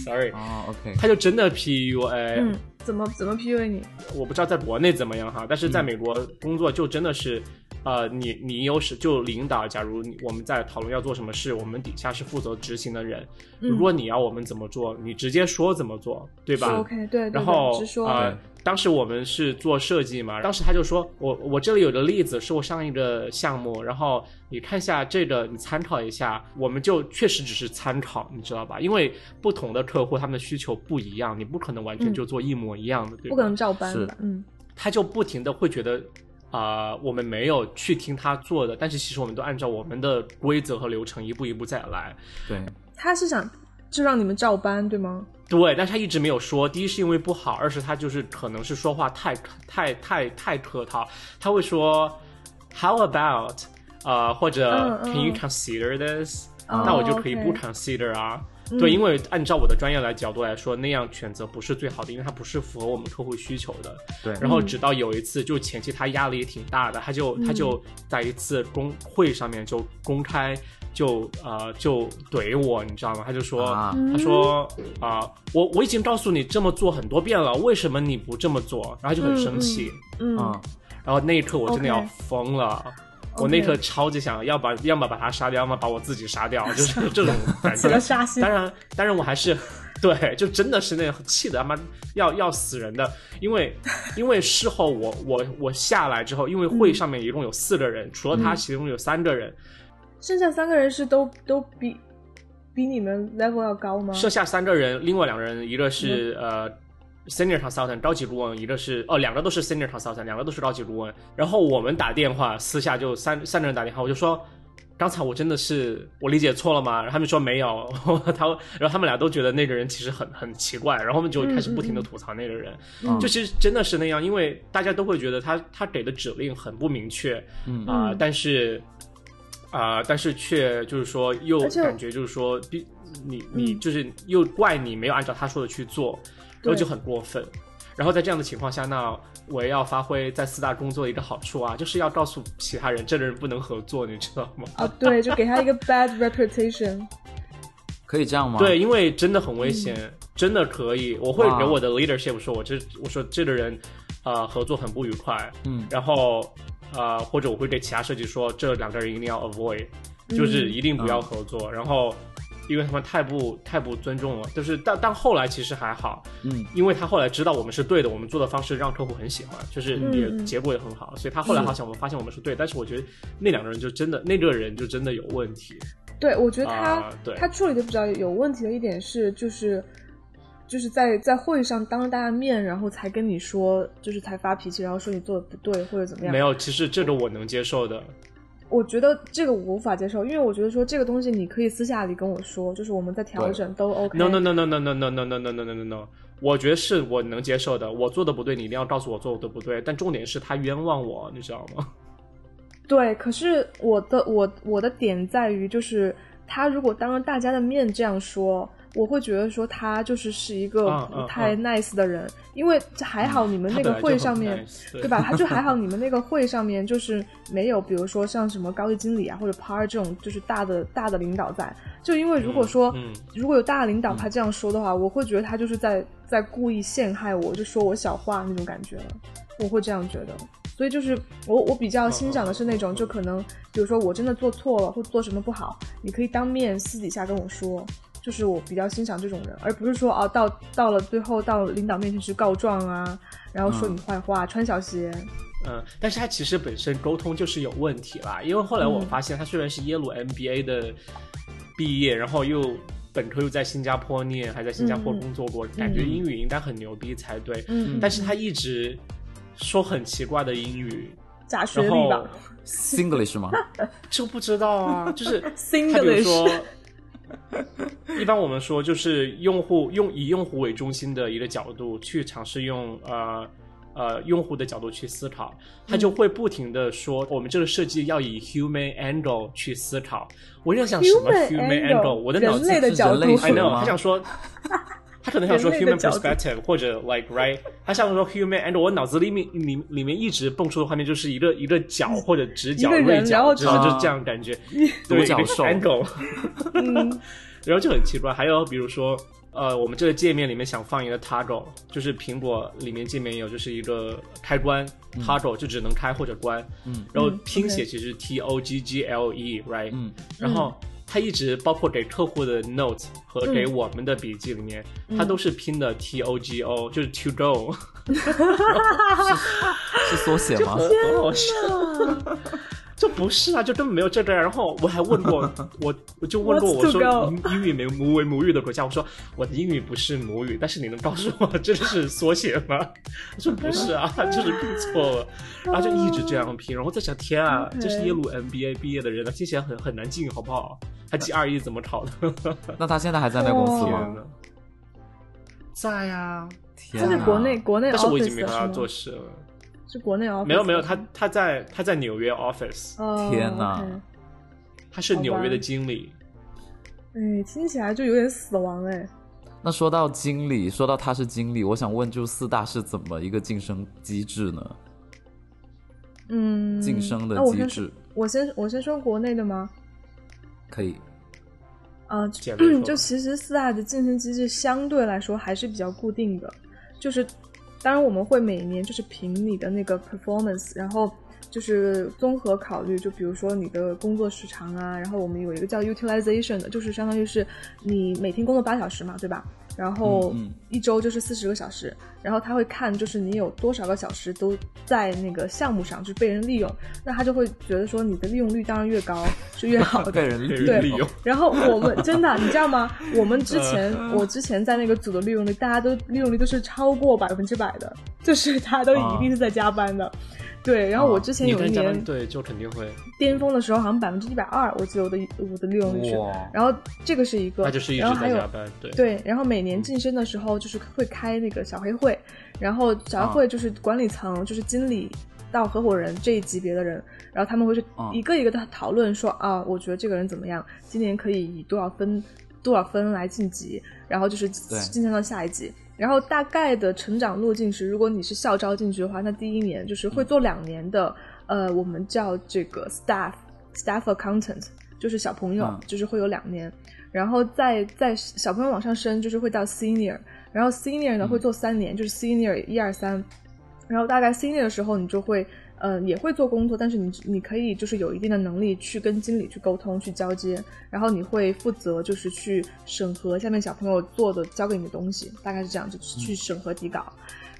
Speaker 1: ，sorry，
Speaker 2: 哦，OK，
Speaker 1: 他就真的 PUA，、
Speaker 3: 嗯，怎么怎么 PUA 你？
Speaker 1: 我不知道在国内怎么样哈，但是在
Speaker 2: 嗯
Speaker 1: 美国工作就真的是，呃，你你有时就领导，假如你我们在讨论要做什么事，我们底下是负责执行的人，
Speaker 3: 嗯
Speaker 1: 如果你要我们怎么做，你直接说怎么做，对吧？
Speaker 3: 说 OK，对对对，
Speaker 1: 然后
Speaker 3: 直说。
Speaker 1: 啊、
Speaker 2: 对
Speaker 1: 当时我们是做设计嘛，当时他就说我我这里有个例子是我上一个项目，然后你看一下这个，你参考一下。我们就确实只是参考，你知道吧？因为不同的客户他们的需求不一样，你不可能完全
Speaker 3: 嗯
Speaker 1: 就做一模一样的，对吧？
Speaker 3: 不可能照搬
Speaker 2: 是
Speaker 3: 的，嗯，
Speaker 1: 他就不停的会觉得。啊、我们没有去听他做的，但是其实我们都按照我们的规则和流程一步一步再来。
Speaker 2: 对，
Speaker 3: 他是想就让你们照搬，对吗？
Speaker 1: 对，但是他一直没有说。第一是因为不好，二是他就是可能是说话太太太太客套，他会说 “How about” 呃，或者
Speaker 3: 嗯嗯嗯
Speaker 1: “Can you consider this”，、
Speaker 3: 哦
Speaker 1: 那我就可以不
Speaker 3: ，OK 嗯
Speaker 1: consider 啊。对，因为按照我的专业来角度来说，那样选择不是最好的，因为它不是符合我们客户需求的。
Speaker 2: 对
Speaker 1: 然
Speaker 3: 嗯
Speaker 1: 后直到有一次，就前期他压力也挺大的，他就他就在一次公会上面就公开就呃就怼我，你知道吗？他就说、
Speaker 2: 啊
Speaker 1: 他说啊、我我已经告诉你这么做很多遍了，为什么你不这么做？然后他就很生气。
Speaker 3: 嗯
Speaker 1: 啊
Speaker 2: 嗯，
Speaker 1: 然后那一刻我真的要
Speaker 3: OK
Speaker 1: 疯了。
Speaker 3: OK
Speaker 1: 我那一刻超级想要把，要么把他杀掉，要么把我自己杀掉，就是
Speaker 3: (laughs)
Speaker 1: 这种感
Speaker 3: 起了
Speaker 1: 觉。
Speaker 3: 杀心
Speaker 1: 当。然，当然我还是， (laughs) 对，就真的是那种气的他妈要要死人的，因为因为事后我我我下来之后，因为会上面一共有四个人，除了他，其中有三个人，
Speaker 3: 剩下三个人是都都比比你们 level 要高吗？
Speaker 1: 剩下三个人，另外两个人，一个是、呃 senior consultant 高级顾问，一个是哦，两个都是 senior consultant，两个都是高级顾问。然后我们打电话，私下就三三个人打电话，我就说。刚才我真的是我理解错了吗？然后他们说没有， (laughs) 他然后他们俩都觉得那个人其实很很奇怪，然后我们就开始不停的吐槽那个人，
Speaker 2: 嗯
Speaker 1: 就其实真的是那样，因为大家都会觉得他他给的指令很不明确
Speaker 2: 嗯
Speaker 1: 啊、
Speaker 3: 嗯
Speaker 1: 但是啊、但是却就是说又
Speaker 3: 而且
Speaker 1: 感觉就是说必你你
Speaker 3: 嗯
Speaker 1: 就是又怪你没有按照他说的去做，然后
Speaker 3: 对
Speaker 1: 就很过分。然后在这样的情况下，那我也要发挥在四大工作的一个好处啊，就是要告诉其他人这个人不能合作，你知道吗？
Speaker 3: 啊，对，就给他一个 bad reputation。
Speaker 2: 可以这样吗？
Speaker 1: 对，，因为真的很危险，
Speaker 3: 嗯
Speaker 1: 真的可以。我会
Speaker 2: 哇
Speaker 1: 给我的 leadership 说，我这我说这个人，呃，合作很不愉快，
Speaker 2: 嗯，
Speaker 1: 然后呃，或者我会对其他设计说，这两个人一定要 avoid，就是一定不要合作。然后，因为他们太不太不尊重了，就是但但后来其实还好，
Speaker 2: 嗯，
Speaker 1: 因为他后来知道我们是对的，我们做的方式让客户很喜欢，就是
Speaker 3: 嗯
Speaker 1: 也
Speaker 3: 嗯
Speaker 1: 结果也很好，所以他后来好像我们发现我们是对，但是我觉得那两个人就真的那个人就真的有问题，
Speaker 3: 对，我觉得他、
Speaker 1: 啊对
Speaker 3: 他处理的比较有问题的一点是，就是就是在在会上当着大家面，然后才跟你说，就是才发脾气，然后说你做的不对或者怎么样
Speaker 1: 没。有，其实这个我能接受的，
Speaker 3: 我觉得这个我无法接受，因为我觉得说这个东西你可以私下里跟我说，就是我们在调整都 OK。
Speaker 1: No no no no no no no no no no no no no no，我觉得是我能接受的。我做的不对，你一定要告诉我做的不对。但重点是他冤枉我，你知道吗？
Speaker 3: 对，可是我的我我的点在于，就是他如果当着大家的面这样说，我会觉得说他就是是一个
Speaker 1: 嗯嗯
Speaker 3: 不太
Speaker 1: 嗯
Speaker 3: nice 的人，因为这还好你们
Speaker 1: 他
Speaker 3: 那
Speaker 1: 本
Speaker 3: 个
Speaker 1: 来就
Speaker 3: 会
Speaker 1: 很
Speaker 3: 上面
Speaker 1: nice，
Speaker 3: 对
Speaker 1: (laughs)
Speaker 3: 吧？他就还好，你们那个会上面就是没有，比如说像什么高级经理啊或者 p a r 这种就是大的大的领导在。就因为如果说、
Speaker 1: 嗯嗯
Speaker 3: 如果有大的领导他这样说的话，我会觉得他就是在在故意陷害我，就说我小话那种感觉了，我会这样觉得。所以就是我我比较欣赏的是那
Speaker 1: 嗯
Speaker 3: 种，就可能比如说我真的做错了或做什么不好，你可以当面私底下跟我说。就是我比较欣赏这种人，而不是说啊，到到了最后到领导面前去告状啊，然后说你坏话，穿小鞋，
Speaker 1: 嗯，但是他其实本身沟通就是有问题啦，因为后来我
Speaker 3: 嗯
Speaker 1: 发现他虽然是耶鲁 MBA 的毕业，然后又本科又在新加坡念，还在新加坡
Speaker 3: 嗯嗯
Speaker 1: 工作过，感觉英语应该很牛逼才对。
Speaker 3: 嗯，
Speaker 1: 但是他一直说很奇怪的英语，
Speaker 3: 假学
Speaker 1: 然
Speaker 3: 历
Speaker 1: 后
Speaker 3: 吧
Speaker 2: Singlish 吗？
Speaker 1: 这个不知道啊，就是他比如
Speaker 3: ，Singlish，
Speaker 1: 说， (laughs) 一般我们说就是用户用以用户为中心的一个角度去尝试用呃呃用户的角度去思考，他就会不停的说我们这个设计要以 human angle 去思考。我就想什么 human angle，我的脑
Speaker 3: 人
Speaker 1: 子
Speaker 3: 类的
Speaker 2: 是
Speaker 3: 角
Speaker 2: 人类
Speaker 3: 度，
Speaker 2: 学
Speaker 1: I know， (laughs)
Speaker 2: 吗
Speaker 1: 他想
Speaker 3: (laughs)
Speaker 1: 说，他可能想说
Speaker 3: 人类的
Speaker 1: human
Speaker 3: 角度
Speaker 1: perspective 或者 like right，他想说 human and 我脑子里面里里面一直蹦出的画面就是一个一个角或者直角
Speaker 3: 一个人
Speaker 1: 锐
Speaker 3: 然后
Speaker 1: 角，知道
Speaker 2: 就是
Speaker 1: 就是这样感
Speaker 3: (laughs)
Speaker 1: 觉，
Speaker 2: 独
Speaker 1: 对，
Speaker 2: 角兽
Speaker 1: a n g l
Speaker 3: 嗯，
Speaker 1: 然后就很奇怪。还有比如说，呃，我们这个界面里面想放一个 toggle，就是苹果里面界面有就是一个开关 toggle，、就只能开或者关。
Speaker 2: 嗯，
Speaker 1: 然后
Speaker 3: 嗯
Speaker 1: 拼写
Speaker 3: OK
Speaker 1: 其实 t o g g l e，right？
Speaker 2: 嗯，
Speaker 1: 然后他一直包括给客户的 note 和
Speaker 3: 嗯
Speaker 1: 给我们的笔记里面，他都是拼的 t o g o，就是 to go，
Speaker 2: 是缩写
Speaker 1: (laughs)
Speaker 2: 吗？
Speaker 1: 很好笑。
Speaker 3: 嗯
Speaker 1: 这不是啊，就根本没有这个呀。然后我还问
Speaker 3: (laughs)
Speaker 1: 过我，我就问过
Speaker 3: What's
Speaker 1: 我
Speaker 3: to
Speaker 1: 说
Speaker 3: go？
Speaker 1: 英英语没母为母语的国家，我说我的英语不是母语，但是你能告诉我这是缩写吗？他说不是啊，就是拼错了，然后就一直这样拼。然后在想，天啊
Speaker 3: OK
Speaker 1: 这是耶鲁 MBA 毕业的人啊，听起来很很难进，好不好？
Speaker 3: 呃
Speaker 1: 他 G 二 E 怎么考的？
Speaker 2: 那他现在还在那公司
Speaker 1: 天
Speaker 3: 哇
Speaker 2: 吗？
Speaker 1: 哪，在啊，
Speaker 2: 天
Speaker 3: 他
Speaker 2: 哪
Speaker 3: 在国内国内
Speaker 1: 但是我已经
Speaker 3: office
Speaker 1: 没跟他
Speaker 3: 的是
Speaker 1: 做
Speaker 3: 吗？
Speaker 1: 事了。
Speaker 3: 是国内 office，
Speaker 1: 没有没有，
Speaker 3: 的
Speaker 1: 他他在他在纽约 office，
Speaker 3: 哦
Speaker 2: 天哪
Speaker 3: OK
Speaker 1: 他是纽约
Speaker 3: 好吧
Speaker 1: 的经理。
Speaker 3: 哎，听起来就有点死亡哎。
Speaker 2: 那说到经理，说到他是经理，我想问，就四大是怎么一个晋升机制呢？
Speaker 3: 嗯，
Speaker 2: 晋升的
Speaker 3: 那我
Speaker 2: 机
Speaker 3: 先
Speaker 2: 制
Speaker 3: 我先我先说国内的吗？
Speaker 2: 可以，
Speaker 3: 呃，
Speaker 1: 简单说吧
Speaker 3: 就其实四大的晋升机制相对来说还是比较固定的，就是当然我们会每年就是凭你的那个 performance，然后就是综合考虑，就比如说你的工作时长啊，然后我们有一个叫 utilization 的，就是相当于是你每天工作八小时嘛，对吧？然后
Speaker 2: 嗯嗯
Speaker 3: 一周就是四十个小时，然后他会看就是你有多少个小时都在那个项目上，就是被人利用，那他就会觉得说你的利用率当然越高是越 (laughs) 好的，
Speaker 2: 被人利
Speaker 3: 对
Speaker 1: 理由，
Speaker 3: 然后我们真的，你知道吗？我们之
Speaker 1: (laughs)
Speaker 3: 前，
Speaker 1: 嗯
Speaker 3: 我之前在那个组的利用率，大家都利用率都是超过百分之百的， (laughs) 就是大家都一定是在加班的。对，然后我之
Speaker 1: 哦
Speaker 3: 前
Speaker 1: 你
Speaker 3: 有一
Speaker 1: 跟加班
Speaker 3: 年
Speaker 1: 对就肯定会，
Speaker 3: 巅峰的时候，好像百分之一百二，我记得我的我的利用率是。
Speaker 2: 哇，
Speaker 3: 然后这个是一个，
Speaker 1: 那就是一
Speaker 3: 然
Speaker 1: 直
Speaker 3: 后还
Speaker 1: 在
Speaker 3: 有
Speaker 1: 加班，对，
Speaker 3: 对，然后每年晋升的时候就是会开那个小黑会，然后小黑会就是管理层，就是经理到合伙人这一级别的人，然后他们会去
Speaker 2: 嗯
Speaker 3: 一个一个的讨论说啊，我觉得这个人怎么样，今年可以以多少分多少分来晋级，然后就是
Speaker 2: 对
Speaker 3: 晋升到下一级。然后大概的成长路径是，如果你是校招进去的话，那第一年就是会做两年的，呃，我们叫这个 staff staff accountant，就是小朋友，
Speaker 2: 嗯
Speaker 3: 就是会有两年。然后再再小朋友往上升，就是会到 senior，然后 senior 呢
Speaker 2: 嗯
Speaker 3: 会做三年，就是 senior 一二三，然后大概 senior 的时候你就会，呃，也会做工作，但是你你可以就是有一定的能力去跟经理去沟通去交接，然后你会负责就是去审核下面小朋友做的交给你的东西，大概是这样，就
Speaker 2: 嗯
Speaker 3: 是去审核底稿，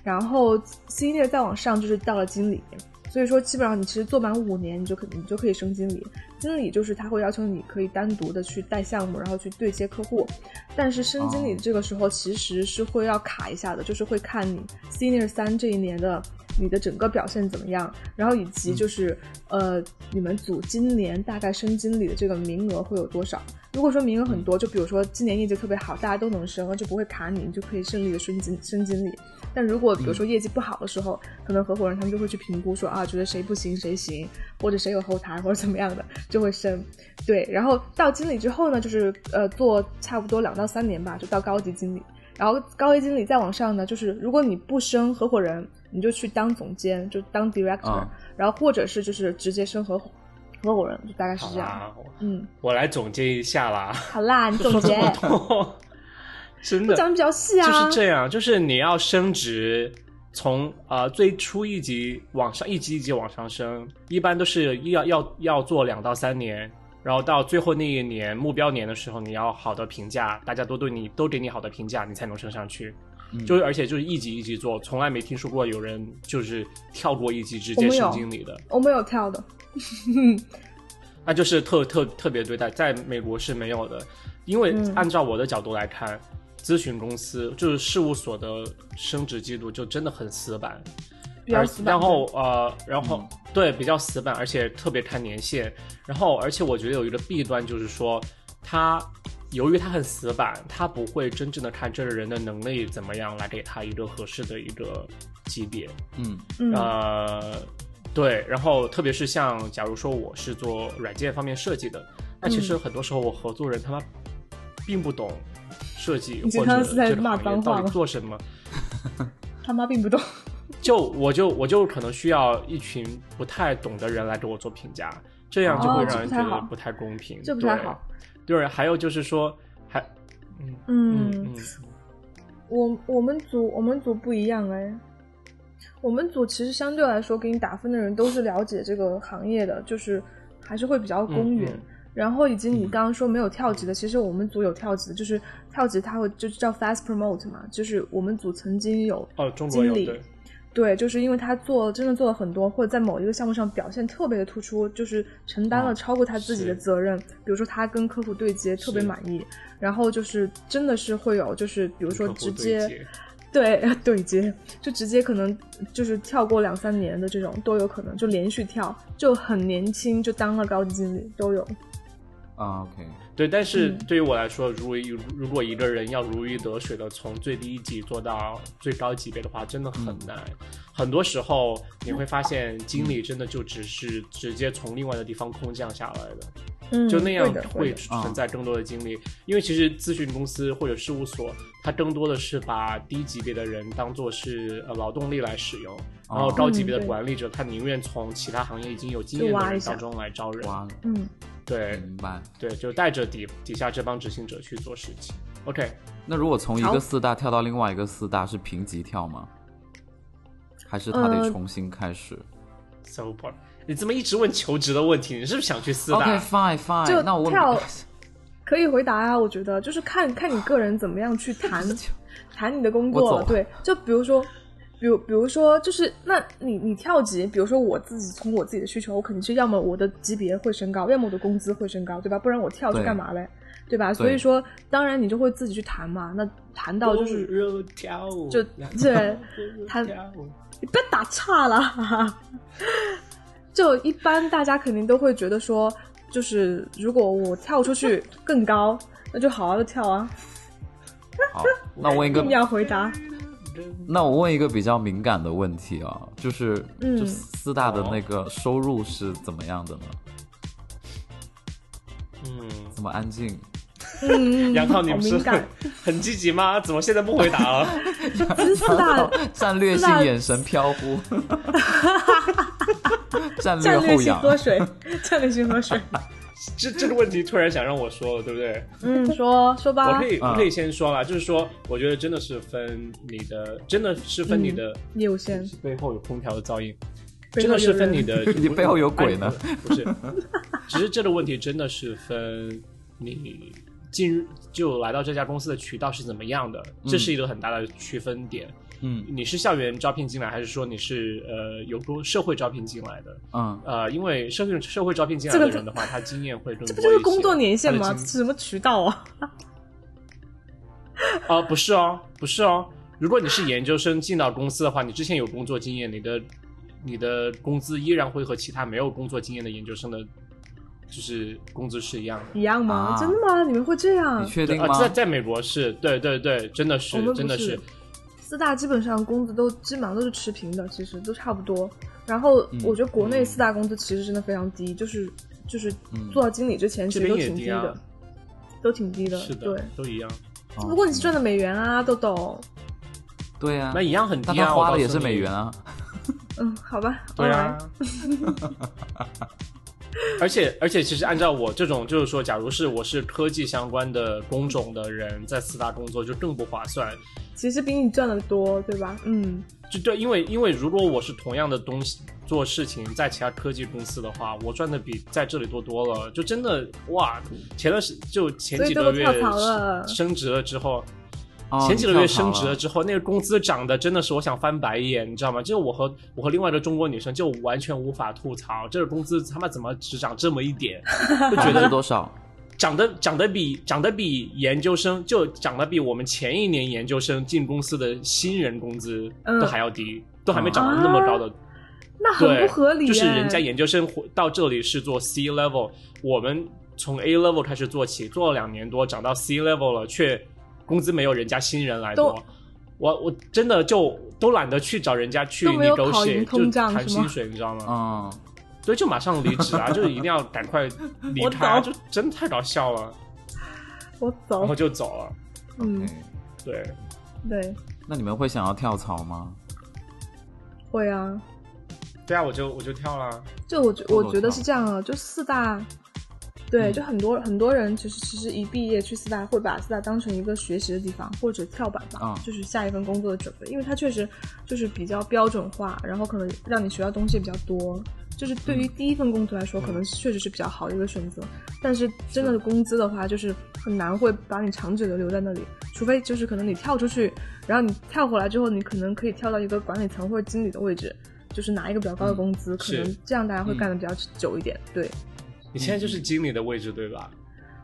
Speaker 3: 然后 senior 再往上就是到了经理。所以说，基本上你其实做满五年，你就可你就可以升经理。经理就是他会要求你可以单独的去带项目，然后去对接客户。但是升经理
Speaker 2: 哦
Speaker 3: 这个时候其实是会要卡一下的，就是会看你 senior 三这一年的你的整个表现怎么样，然后以及就是、呃你们组今年大概升经理的这个名额会有多少。如果说名额很多，就比如说今年业绩特别好，大家都能升，就不会卡你，你就可以顺利的升经升经理。但如果比如说业绩不好的时候，可能合伙人他们就会去评估说啊，觉得谁不行谁行，或者谁有后台或者怎么样的，就会升。对，然后到经理之后呢，就是呃做差不多两到三年吧，就到高级经理。然后高级经理再往上呢，就是如果你不升合伙人，你就去当总监，就当 director，、
Speaker 1: 啊
Speaker 2: 嗯
Speaker 3: 然后或者是就是直接升合伙合伙人，就大概是
Speaker 1: 好
Speaker 3: 这样。
Speaker 1: 啦，我
Speaker 3: 嗯，
Speaker 1: 我来总结一下啦，
Speaker 3: 好啦，
Speaker 1: (laughs)
Speaker 3: 你总结
Speaker 1: 真
Speaker 3: 我
Speaker 1: 的
Speaker 3: 讲的比较细啊，
Speaker 1: 就是这样，就是你要升职，从呃最初一级往上，一级一级往上升，一般都是要要要做两到三年，然后到最后那一年目标年的时候，你要好的评价，大家都对你都给你好的评价，你才能升上去。
Speaker 2: 嗯
Speaker 1: 就是而且就是一级一级做，从来没听说过有人就是跳过一级直接
Speaker 3: 我们有
Speaker 1: 升经理的，
Speaker 3: 我没有跳的。
Speaker 1: 那就是特特特别对待，在美国是没有的，因为
Speaker 3: 嗯
Speaker 1: 按照我的角度来看，咨询公司就是事务所的升职制度就真的很死板，
Speaker 3: 比较
Speaker 1: 而
Speaker 3: 死板
Speaker 1: 然后呃，然后、对比较死板，而且特别看年限。然后而且我觉得有一个弊端就是说，他由于他很死板，他不会真正的看这个人的能力怎么样来给他一个合适的一个级别。
Speaker 2: 嗯
Speaker 3: 嗯，
Speaker 1: 呃，对，然后特别是像假如说我是做软件方面设计的，那其实很多时候我合作人他妈并不懂设计
Speaker 3: 你觉
Speaker 1: 或
Speaker 3: 得他
Speaker 1: 者
Speaker 3: 是在
Speaker 1: 这个
Speaker 3: 骂
Speaker 1: 行
Speaker 3: 脏
Speaker 1: 业
Speaker 3: 话
Speaker 1: 到底
Speaker 3: 吗
Speaker 1: 做什么。
Speaker 3: 他妈并不懂。
Speaker 1: 就我就我就可能需要一群不太懂的人来给我做评价，这样就会
Speaker 2: 哦
Speaker 1: 让人
Speaker 3: 这
Speaker 1: 觉
Speaker 3: 不太
Speaker 1: 得
Speaker 3: 好
Speaker 1: 不太公平，
Speaker 3: 哦这不太好
Speaker 1: 对。对，还有就是说，还嗯
Speaker 3: 嗯，
Speaker 1: 嗯嗯，
Speaker 3: 我我们组我们组不一样哎，我们组其实相对来说给你打分的人都是了解这个行业的，就是还是会比较公
Speaker 1: 嗯
Speaker 3: 允。
Speaker 1: 嗯
Speaker 3: 然后以及你刚刚说没有跳级的，其实我们组有跳级的，就是跳级它会就是叫 fast promote 嘛，就是我们组曾经有
Speaker 1: 哦，中国有
Speaker 3: 经理
Speaker 1: 对，
Speaker 3: 对，就是因为他做真的做了很多，或者在某一个项目上表现特别的突出，就是承担了
Speaker 2: 啊
Speaker 3: 超过他自己的
Speaker 1: 哦是
Speaker 3: 责任。比如说他跟客户对接特别
Speaker 1: 是
Speaker 3: 满意，然后就是真的是会有，就是比如说
Speaker 1: 客户
Speaker 3: 直
Speaker 1: 对
Speaker 3: 接 (laughs) 对啊对接，就直接可能就是跳过两三年的这种都有可能，就连续跳，就很年轻就当了高级经理都有。
Speaker 2: 啊，OK，
Speaker 1: 对，但是
Speaker 3: 嗯
Speaker 1: 对于我来说，如果一如果一个人要如鱼得水的从最低级做到最高级别的话，真的很难。很多时候你会发现经理真的就只是直接从另外的地方空降下来的。
Speaker 3: 嗯，
Speaker 1: 就那样
Speaker 3: 会的
Speaker 1: 会
Speaker 3: 会的
Speaker 1: 存在更多的精力，因为其实咨询公司或者事务所，它更多的是把低级别的人当做是呃劳动力来使用，
Speaker 2: 哦
Speaker 1: 然后高级别的管理者，他宁愿从其他行业已经有经验
Speaker 3: 嗯就
Speaker 1: 的
Speaker 3: 挖一
Speaker 1: 人
Speaker 3: 下
Speaker 1: 当中来招哎人。
Speaker 2: 哇，
Speaker 3: 嗯，
Speaker 1: 对
Speaker 2: 明白。
Speaker 1: 对，就带着底底下这帮执行者去做事情。OK，
Speaker 2: 那如果从一
Speaker 3: 好
Speaker 2: 个四大跳到另外一个四大，是平级跳吗？还是他得
Speaker 3: 呃
Speaker 2: 重新开始、
Speaker 1: s o p o r 你这么一直问求职的问题，你是不是想去四
Speaker 2: o
Speaker 1: 大
Speaker 2: k fine fine，
Speaker 3: 就
Speaker 2: 那我问
Speaker 3: 跳可以回答啊，我觉得就是看看你个人怎么样去谈 (laughs) 谈你的工
Speaker 2: 我
Speaker 3: 作
Speaker 2: 走
Speaker 3: 了。
Speaker 2: 了
Speaker 3: 对，就比如说，比如比如说，就是那你你跳级，比如说我自己从我自己的需求，我肯定是要么我的级别会升高，要么我的工资会升高，对吧？不然我跳去
Speaker 2: 对
Speaker 3: 干嘛嘞？对吧？所以说，当然你就会自己去谈嘛。那谈到就是
Speaker 1: 热跳舞，
Speaker 3: 就
Speaker 1: (laughs)
Speaker 3: 对他你不要打岔了。 (laughs) 就一般大家肯定都会觉得说，就是如果我跳出去更高，那就好好的跳啊。
Speaker 2: (laughs)
Speaker 3: (laughs)
Speaker 2: 好，那我问一个
Speaker 3: 硬要回答，
Speaker 2: 那我问一个比较敏感的问题啊，就是、
Speaker 3: 嗯
Speaker 2: 就四大
Speaker 1: 哦
Speaker 2: 的那个收入是怎么样的呢？
Speaker 1: 嗯。
Speaker 2: 怎么安静？
Speaker 3: 嗯，
Speaker 1: 杨涛，你
Speaker 3: 好
Speaker 1: 不是
Speaker 3: 敏
Speaker 1: 很
Speaker 3: 感。
Speaker 1: 很积极吗？怎么现在不回答了？
Speaker 3: 其实四
Speaker 2: (laughs)
Speaker 3: 大
Speaker 2: 战略性眼神飘忽，战略
Speaker 3: 战略
Speaker 2: 后
Speaker 3: 性
Speaker 2: 仰。
Speaker 3: 喝水， (laughs) 战略性喝水。
Speaker 1: 这这个问题突然想让我说了，对不对？
Speaker 3: 嗯，说说
Speaker 1: 我
Speaker 3: 吧
Speaker 1: 可，以，
Speaker 2: 啊
Speaker 1: 我可以先说了，就是说，我觉得真的是分你的，真的是分你的
Speaker 3: 你有先，
Speaker 1: 背后有空调的噪音，
Speaker 3: 背
Speaker 1: 真
Speaker 3: 后
Speaker 1: 的是
Speaker 3: 有
Speaker 1: 分
Speaker 3: 人
Speaker 1: 你的，
Speaker 2: (laughs) 你背后有鬼呢
Speaker 1: 哎？ (laughs) 不是，只是这个问题真的是分你进入就来到这家公司的渠道是怎么样的，这是一个很大的区分点。
Speaker 2: 嗯
Speaker 1: 你是校园招聘进来，还是说你是呃有过社会招聘进来的？
Speaker 2: 嗯，
Speaker 1: 呃，因为社会社会招聘进来的
Speaker 3: 这个
Speaker 1: 人的话，他经验会更多
Speaker 3: 这
Speaker 1: 一些。
Speaker 3: 不就是工作年限
Speaker 1: 他
Speaker 3: 吗？
Speaker 1: 的
Speaker 3: 这
Speaker 1: 经
Speaker 3: 是什么渠道啊？
Speaker 1: 啊、不是哦，不是哦。如果你是研究生进到公司的话，你之前有工作经验，你的你的工资依然会和其他没有工作经验的研究生的，就是工资是一样的。
Speaker 3: 一样吗？
Speaker 2: 啊
Speaker 3: 真的吗？你们会这样
Speaker 2: 你？确定
Speaker 1: 啊、
Speaker 2: 吗？
Speaker 1: 在在美国是对对对，真的是
Speaker 3: 我们不
Speaker 1: 真的
Speaker 3: 是四大基本上工资都基本上都是持平的，其实都差不多。然后
Speaker 2: 嗯
Speaker 3: 我觉得国内四大工资其实真的非常低，就是就是
Speaker 2: 嗯
Speaker 3: 做到经理之前其
Speaker 1: 这
Speaker 3: 实都
Speaker 1: 边也
Speaker 3: 挺低
Speaker 1: 低
Speaker 3: 的，
Speaker 1: 啊，
Speaker 3: 都挺低的。
Speaker 1: 是
Speaker 3: 对
Speaker 1: 的，，都一样。
Speaker 2: 哦
Speaker 3: 不过你是赚的美元啊，豆豆。
Speaker 2: 对呀、啊，
Speaker 1: 那一样很低
Speaker 2: 但
Speaker 1: 啊，
Speaker 2: 他
Speaker 1: 我
Speaker 2: 花
Speaker 1: 告
Speaker 2: 的也
Speaker 1: 诉
Speaker 2: 是美
Speaker 1: 你
Speaker 2: 元啊。
Speaker 3: 嗯，好吧，
Speaker 1: (laughs) 对
Speaker 3: alright，
Speaker 1: 啊。而且而且，其实按照我这种，就是说，假如是我是科技相关的工种的人，在四大工作就更不划算。
Speaker 3: 其实比你赚的多，对吧？嗯，
Speaker 1: 就对，因为因为如果我是同样的东西做事情，在其他科技公司的话，我赚的比在这里多多了。就真的哇，前段时就前
Speaker 3: 所以
Speaker 1: 几
Speaker 3: 都
Speaker 1: 个
Speaker 3: 被
Speaker 1: 月
Speaker 3: 跳槽了
Speaker 1: 升职了之后，
Speaker 2: 哦
Speaker 1: 前几个月升职了
Speaker 2: 了，
Speaker 1: 之后，那个工资涨的真的是我想翻白眼，你知道吗？就我和我和另外一个中国女生就完全无法吐槽，这个工资他妈怎么只涨这么一点？
Speaker 2: 就觉得是多少？
Speaker 1: 涨得涨得比涨得比研究生就涨得比我们前一年研究生进公司的新人工资
Speaker 3: 嗯
Speaker 1: 都还要低，都还没涨到那么高的。
Speaker 3: 那很
Speaker 1: 对，
Speaker 3: 不合理耶。
Speaker 1: 就是人家研究生回到这里是做 C level，我们从 A level 开始做起，做了两年多，涨到 C level 了，却工资没有人家新人来多
Speaker 3: 都。
Speaker 1: 我我真的就都懒得去找人家去
Speaker 3: 都没有考虑
Speaker 1: negotiate，
Speaker 3: 通
Speaker 1: 就
Speaker 3: 胀
Speaker 1: 谈
Speaker 3: 是吗
Speaker 1: 薪水，你知道吗？
Speaker 2: (laughs) 嗯，
Speaker 1: 对，就马上离职
Speaker 3: (laughs)
Speaker 1: 啊，就是一定要赶快离
Speaker 3: 我
Speaker 1: 开啊，
Speaker 3: 懂
Speaker 1: 就真的太搞笑了，
Speaker 3: 我
Speaker 1: 然
Speaker 3: 走
Speaker 1: 后，就走了。
Speaker 3: 嗯，
Speaker 2: OK
Speaker 1: 对，
Speaker 3: 对，
Speaker 2: 那你们会想要跳槽吗？
Speaker 3: 会啊。
Speaker 1: 对啊，我就我就跳了。
Speaker 3: 就我觉
Speaker 2: 多
Speaker 3: 我
Speaker 2: 多
Speaker 3: 觉得
Speaker 2: 跳
Speaker 3: 是这样啊，就四大，对，
Speaker 2: 嗯
Speaker 3: 就很多很多人其实其实一毕业去四大，会把四大当成一个学习的地方或者跳板吧，
Speaker 2: 嗯
Speaker 3: 就是下一份工作的准备，因为它确实就是比较标准化，然后可能让你学到东西也比较多。就是对于第一份工作来说，可能确实是比较好的一个选择，但是真的工资的话，就是很难会把你长久的留在那里，除非就是可能你跳出去，然后你跳回来之后，你可能可以跳到一个管理层或者经理的位置，就是拿一个比较高的工资，可
Speaker 1: 是
Speaker 3: 能这样大家会干的比较久一点。对
Speaker 1: 你现在就是经理的位置对吧？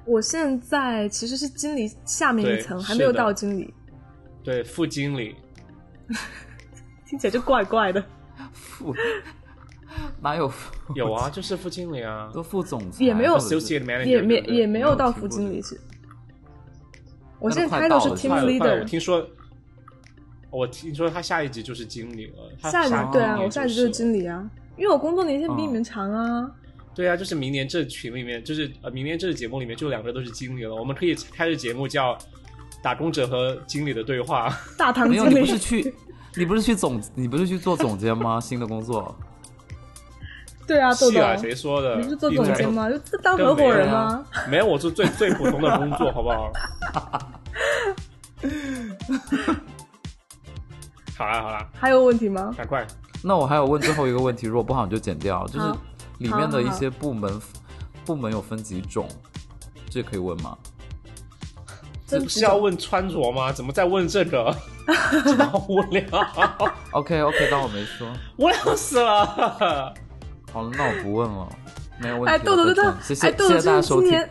Speaker 3: 我现在其实是经理下面一层，
Speaker 1: 对
Speaker 3: 还没有
Speaker 1: 是的
Speaker 3: 到经理，
Speaker 1: 对，副经理。
Speaker 3: 听起来就怪怪的，
Speaker 2: 副 (laughs) 哪有副
Speaker 1: 有 (laughs) 啊，就是副经理
Speaker 3: (laughs)
Speaker 1: 啊
Speaker 2: 都副总裁
Speaker 3: 也没有
Speaker 2: 或者是
Speaker 1: ，associate manager
Speaker 3: 也没
Speaker 1: 对不对
Speaker 3: 也没有到
Speaker 2: 没有听
Speaker 3: 副
Speaker 2: 过
Speaker 3: 经
Speaker 2: 这
Speaker 3: 理
Speaker 2: 个
Speaker 3: 是。我
Speaker 2: 那
Speaker 3: 现在
Speaker 2: 快
Speaker 3: 开头
Speaker 2: 到
Speaker 3: 是
Speaker 2: 了
Speaker 3: team
Speaker 1: 快了快了我
Speaker 3: leader，
Speaker 1: 听说我听说他下一集就是经理了，他
Speaker 3: 下一集
Speaker 1: 年
Speaker 3: 对啊，
Speaker 1: 就
Speaker 3: 我下一集就是经理啊，因为我工作年限比你们长啊。
Speaker 1: 对啊，就是明年这群里面，就是呃，明年这节目里面就两个都是经理了。我们可以开个节目叫《打工者和经理的对话》。
Speaker 3: 大堂
Speaker 2: 没有，
Speaker 3: 经
Speaker 2: 你
Speaker 3: 理
Speaker 2: 不是去，你不是去总，你不是去做总监吗？新的工作，
Speaker 3: (laughs) 对啊，
Speaker 1: (laughs)
Speaker 3: 豆
Speaker 1: 是
Speaker 3: 豆，
Speaker 1: 啊，谁说的？
Speaker 3: 你不是做总监吗？就自当合
Speaker 1: 更没
Speaker 3: 伙人
Speaker 1: 有
Speaker 2: 啊
Speaker 3: 吗？
Speaker 1: 没有，我是最最普通的工作，好不好？好啦好啦，
Speaker 3: 还有问题吗？
Speaker 1: 赶快！
Speaker 2: 那我还有问最后一个问题，如果不好你就剪掉，就是
Speaker 3: 好
Speaker 2: 里面的一些部门，部门有分几种，这可以问吗？
Speaker 1: 这
Speaker 3: 真
Speaker 1: 是要问穿着吗？怎么在问这个？ (laughs) 真的好无聊，
Speaker 2: OK OK，当我没说。
Speaker 1: 无聊死了。
Speaker 2: 好了，那我不问了，没有问题了。
Speaker 3: 哎，豆豆
Speaker 2: 再
Speaker 3: 真
Speaker 2: 见
Speaker 3: 的，
Speaker 2: 谢谢
Speaker 3: 哎，豆豆
Speaker 2: 谢谢大
Speaker 3: 真
Speaker 2: 家
Speaker 3: 的
Speaker 2: 收
Speaker 3: 今
Speaker 2: 听。
Speaker 3: 年，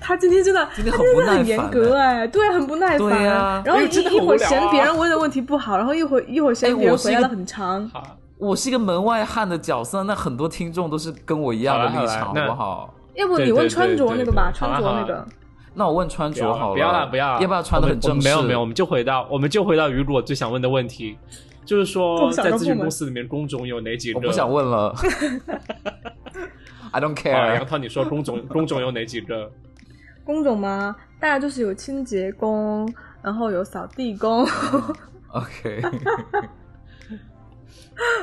Speaker 3: 他今天真的，
Speaker 2: 今天
Speaker 3: 他
Speaker 2: 很
Speaker 3: 今
Speaker 2: 不
Speaker 3: 天真的
Speaker 2: 耐
Speaker 3: 很严
Speaker 2: 烦
Speaker 3: 格哎，对，很不耐烦。
Speaker 2: 对啊
Speaker 3: 然后
Speaker 1: 哎
Speaker 3: 一
Speaker 1: 真的很
Speaker 3: 一会
Speaker 1: 无
Speaker 3: 儿
Speaker 1: 聊
Speaker 3: 嫌
Speaker 1: 啊
Speaker 3: 别人问的问题不好，然后一会儿一会儿
Speaker 2: 哎
Speaker 3: 嫌别人
Speaker 2: 我是
Speaker 3: 回
Speaker 2: 一
Speaker 3: 答
Speaker 2: 个
Speaker 3: 的很长。
Speaker 1: 好，
Speaker 2: 我是一个门外汉的角色，那很多听众都是跟我一样的立
Speaker 1: 好
Speaker 2: 场，
Speaker 1: 了
Speaker 2: 好
Speaker 1: 好了
Speaker 2: 不好？
Speaker 3: 要不
Speaker 1: 对
Speaker 3: 你
Speaker 1: 对
Speaker 3: 问
Speaker 1: 对
Speaker 3: 穿着
Speaker 1: 对
Speaker 3: 那个
Speaker 1: 对
Speaker 3: 吧，
Speaker 1: 好
Speaker 3: 穿
Speaker 1: 了
Speaker 3: 着
Speaker 1: 好
Speaker 3: 那
Speaker 1: 了
Speaker 3: 个，
Speaker 2: 那我问穿着好了，
Speaker 1: 不要了，不要啦，
Speaker 2: 要不要穿的很正式？
Speaker 1: 我们没有没有，我们就回到我们就回到雨果最想问的问题，就是
Speaker 3: 这么
Speaker 1: 说
Speaker 3: 小
Speaker 1: 在
Speaker 3: 的
Speaker 1: 咨询
Speaker 3: 部门
Speaker 1: 公司里面工种有哪几个？
Speaker 2: 我不想问
Speaker 1: (laughs)
Speaker 2: 了。I don't
Speaker 1: 啊，杨
Speaker 2: care。
Speaker 1: 涛，你说工种工种有哪几个？
Speaker 3: 工种吗？大概就是有清洁工，然后有扫地工。
Speaker 2: OK，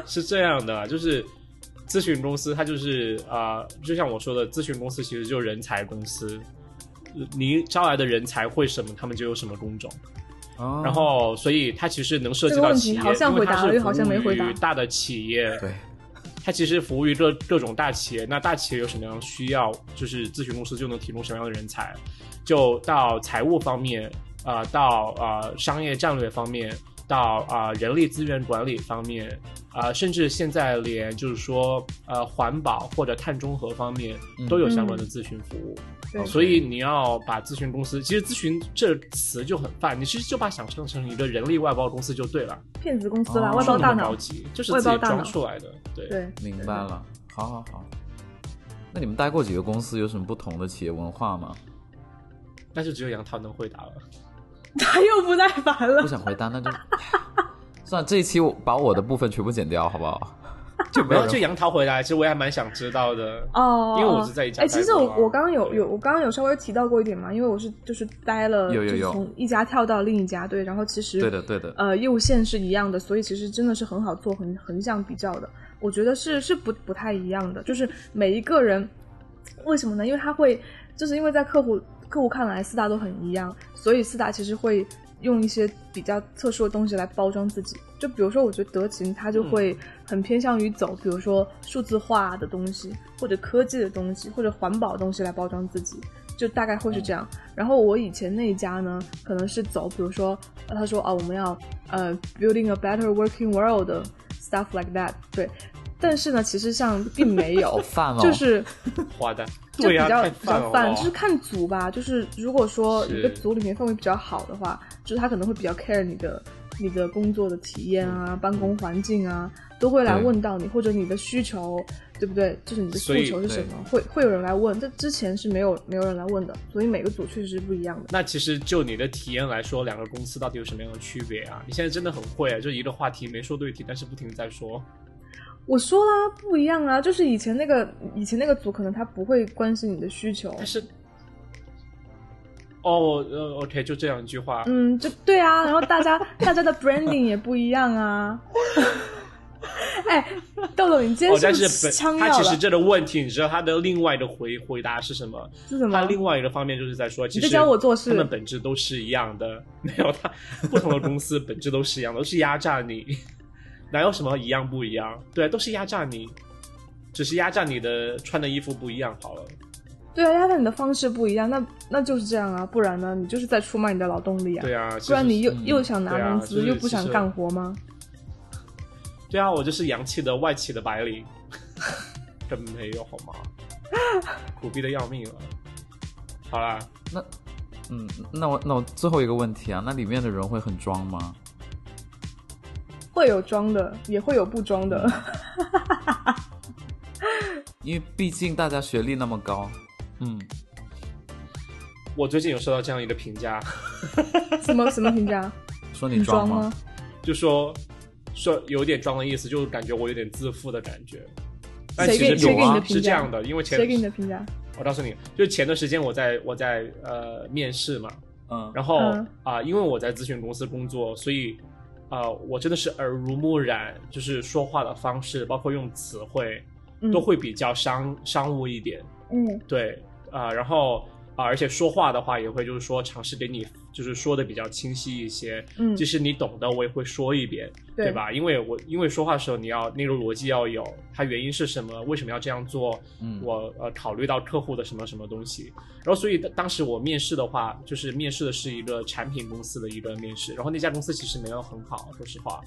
Speaker 1: 是这样的，就是咨询公司，它就是啊、呃就像我说的，咨询公司其实就是人才公司，你招来的人才会什么，他们就有什么工种。 (laughs) 然
Speaker 2: 然
Speaker 1: 后，所以它其实能涉及
Speaker 3: 哦这个
Speaker 1: 到
Speaker 3: 问
Speaker 1: 企
Speaker 3: 题
Speaker 1: 业，
Speaker 3: 好像回答
Speaker 1: 因为
Speaker 3: 了
Speaker 1: 它是
Speaker 3: 又好像没回答
Speaker 1: 服务于大的企业，
Speaker 2: 对，
Speaker 1: 它其实服务于各各种大企业，那大企业有什么样的需要，就是咨询公司就能提供什么样的人才，就到财务方面，啊，到啊商业战略方面，到啊、人力资源管理方面，啊、甚至现在连就是说呃环保或者碳中和方面
Speaker 2: 嗯
Speaker 1: 都有相关的咨询服务。
Speaker 3: 对
Speaker 1: 所以你要把咨询公司，其实咨询这词就很泛，你其实就把想象成一个人力外包公司就对了，
Speaker 3: 骗子公司啦，
Speaker 2: 哦
Speaker 3: 外包
Speaker 1: 不那
Speaker 3: 大
Speaker 1: 么
Speaker 3: 脑
Speaker 1: 高。级，就是
Speaker 3: 外
Speaker 1: 自
Speaker 3: 包
Speaker 1: 己
Speaker 3: 大脑
Speaker 1: 装出来的，对。
Speaker 3: 对， (laughs)
Speaker 2: 明白了。好好好。那你们待过几个公司，有什么不同的企业文化吗？
Speaker 1: 但是只有杨涛能回答了。
Speaker 3: 他又不耐烦了
Speaker 2: 不。想回答，
Speaker 1: (laughs)
Speaker 2: 那就算了。这一期我把我的部分全部剪掉，好不好？ (laughs) 就没
Speaker 1: 然后 (laughs)
Speaker 2: 有
Speaker 1: 就
Speaker 2: 人
Speaker 1: 杨桃回来，其实我也蛮想知道的。
Speaker 3: 哦，
Speaker 1: 因为我是在一家
Speaker 3: 哎，其实
Speaker 1: 待
Speaker 3: 我
Speaker 1: 过啊
Speaker 3: 我刚刚有
Speaker 1: 对 (laughs)
Speaker 3: 有我刚刚有稍微提到过一点嘛，因为我是就是待了，
Speaker 2: 有有
Speaker 3: 就是
Speaker 2: 有
Speaker 3: 从一家跳到另一家，对，然后其实
Speaker 2: 对的，对的。，
Speaker 3: 呃业务线是一样的，所以其实真的是很好做横横向比较的，我觉得是是不不太一样的，就是每一个人为什么呢？因为他会就是因为在客户客户看来四大都很一样，所以四大其实会用一些比较特殊的东西来包装自己。就比如说，我觉得德勤它就会很偏向于走，比如说数字化的东西，或者科技的东西，或者环保的东西来包装自己，就大概会是这样。然后我以前那一家呢，可能是走，比如说呃他说啊，我们要呃 building a better working world stuff like that，对。但是呢，其实像并没有
Speaker 1: (laughs)
Speaker 2: 泛哦，
Speaker 3: 就是
Speaker 1: 花旦，
Speaker 3: 就
Speaker 1: 对
Speaker 3: 比
Speaker 1: 呀、
Speaker 3: 较
Speaker 1: 太
Speaker 3: 比
Speaker 1: 泛了
Speaker 3: 较
Speaker 1: 好不
Speaker 3: 泛，
Speaker 1: 好，
Speaker 3: 就是看组吧。就是如果说
Speaker 1: 是
Speaker 3: 一个组里面氛围比较好的话，就是他可能会比较 care 你的你的工作的体验啊、
Speaker 1: 嗯
Speaker 3: 办公环境啊，都会来
Speaker 2: 对
Speaker 3: 问到你或者你的需求，对不对？就是你的诉
Speaker 1: 所以
Speaker 3: 求是什
Speaker 2: 对
Speaker 3: 么，会会有人来问。这之前是没有没有人来问的，所以每个组确实是不一样的。
Speaker 1: 那其实就你的体验来说，两个公司到底有什么样的区别啊？你现在真的很会啊，就一个话题没说对题，但是不停地在说。
Speaker 3: 嗯我说啦、不一样啊，就是以前那个以前那个组可能他不会关心你的需求，
Speaker 1: 但是，哦，呃，OK，就这样一句话。
Speaker 3: 嗯，就对啊，然后大家大家的 branding 也不一样啊。哎，豆豆，你今
Speaker 1: 哦，
Speaker 3: 天
Speaker 1: 但
Speaker 3: 是不
Speaker 1: 是
Speaker 3: 是
Speaker 1: 本
Speaker 3: 枪
Speaker 1: 他
Speaker 3: 药
Speaker 1: 其
Speaker 3: 了
Speaker 1: 实？这个问题，你知道他的另外的回回答是什么？
Speaker 3: 是什
Speaker 1: 他
Speaker 3: 么？
Speaker 1: 另外一个方面就是在说，其
Speaker 3: 在
Speaker 1: 实
Speaker 3: 教我做事
Speaker 1: 他们本质都是一样的，没有他不同的公司本质都是一样的，都是压榨你，哪有什么一样不一样？对，啊都是压榨你，只是压榨你的穿的衣服不一样好了。
Speaker 3: 对啊，但你的方式不一样，那那就是这样啊，不然呢，你就是在出卖你的劳动力啊，
Speaker 1: 对啊，
Speaker 3: 不然
Speaker 1: 其实
Speaker 3: 你又、
Speaker 2: 嗯
Speaker 3: 又想拿
Speaker 1: 对啊
Speaker 3: 工资，
Speaker 1: 就是
Speaker 3: 又不想
Speaker 1: 其实
Speaker 3: 干活吗？
Speaker 1: 对啊，我就是洋气的外企的白领， (laughs) 真没有好吗？苦逼的要命了。好啦，
Speaker 2: 那嗯，那我那我最后一个问题啊，那里面的人会很装吗？
Speaker 3: 会有装的，也会有不装的。 (laughs)
Speaker 2: 因为毕竟大家学历那么高，嗯，
Speaker 1: 我最近有收到这样一个评价， (laughs)
Speaker 3: 什么什么评价？
Speaker 2: 说你
Speaker 3: 你
Speaker 2: 装
Speaker 3: 吗？？
Speaker 1: 就说说有点装的意思，就感觉我有点自负的感觉。但
Speaker 3: 谁
Speaker 1: 其
Speaker 3: 给
Speaker 1: 实啊
Speaker 3: 谁给你的
Speaker 1: 是
Speaker 3: 评
Speaker 1: 这
Speaker 3: 价
Speaker 1: 样？的，因为前
Speaker 3: 谁给你的评价？
Speaker 1: 我告诉你，就前段时间我在我在呃面试嘛，
Speaker 2: 嗯，
Speaker 1: 然后啊、
Speaker 3: 嗯
Speaker 1: 因为我在咨询公司工作，所以啊、我真的是耳濡目染，就是说话的方式，包括用词汇，
Speaker 3: 嗯
Speaker 1: 都会比较商商务一点。
Speaker 3: 嗯
Speaker 1: 对啊、然后啊、而且说话的话也会就是说尝试给你就是说的比较清晰一些，
Speaker 3: 嗯
Speaker 1: 即，使你懂的我也会说一遍，
Speaker 3: 对
Speaker 1: 对？吧？因为我因为说话的时候你要那个逻辑要有，它原因是什么，为什么要这样做，
Speaker 2: 嗯
Speaker 1: 我呃考虑到客户的什么什么东西，然后所以当当时我面试的话，就是面试的是一个产品公司的一个面试，然后那家公司其实没有很好，说实话，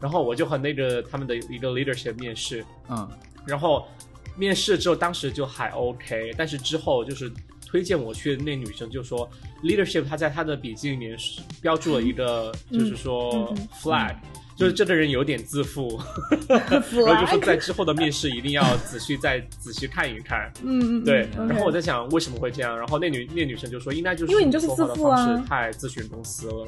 Speaker 1: 然后我就和那个他们的一个 leadership 面试，
Speaker 2: 嗯
Speaker 1: 然后面试之后，当时就还 OK，但是之后就是推荐我去的那女生就说，leadership 她在她的笔记里面是标注了一个，
Speaker 3: 嗯
Speaker 1: 就是说
Speaker 3: 嗯嗯嗯
Speaker 1: flag，、就是这个人有点自负，(laughs)
Speaker 3: Flag
Speaker 1: 然后就说在之后的面试一定要仔细再仔细看一看。
Speaker 3: 嗯嗯，
Speaker 1: 对，
Speaker 3: 嗯
Speaker 1: 然后我
Speaker 3: OK
Speaker 1: 在想为什么会这样，然后那女那女生就说，应该就是
Speaker 3: 因为你就是
Speaker 1: 说话的
Speaker 3: 自负啊
Speaker 1: 方式太咨询公司了。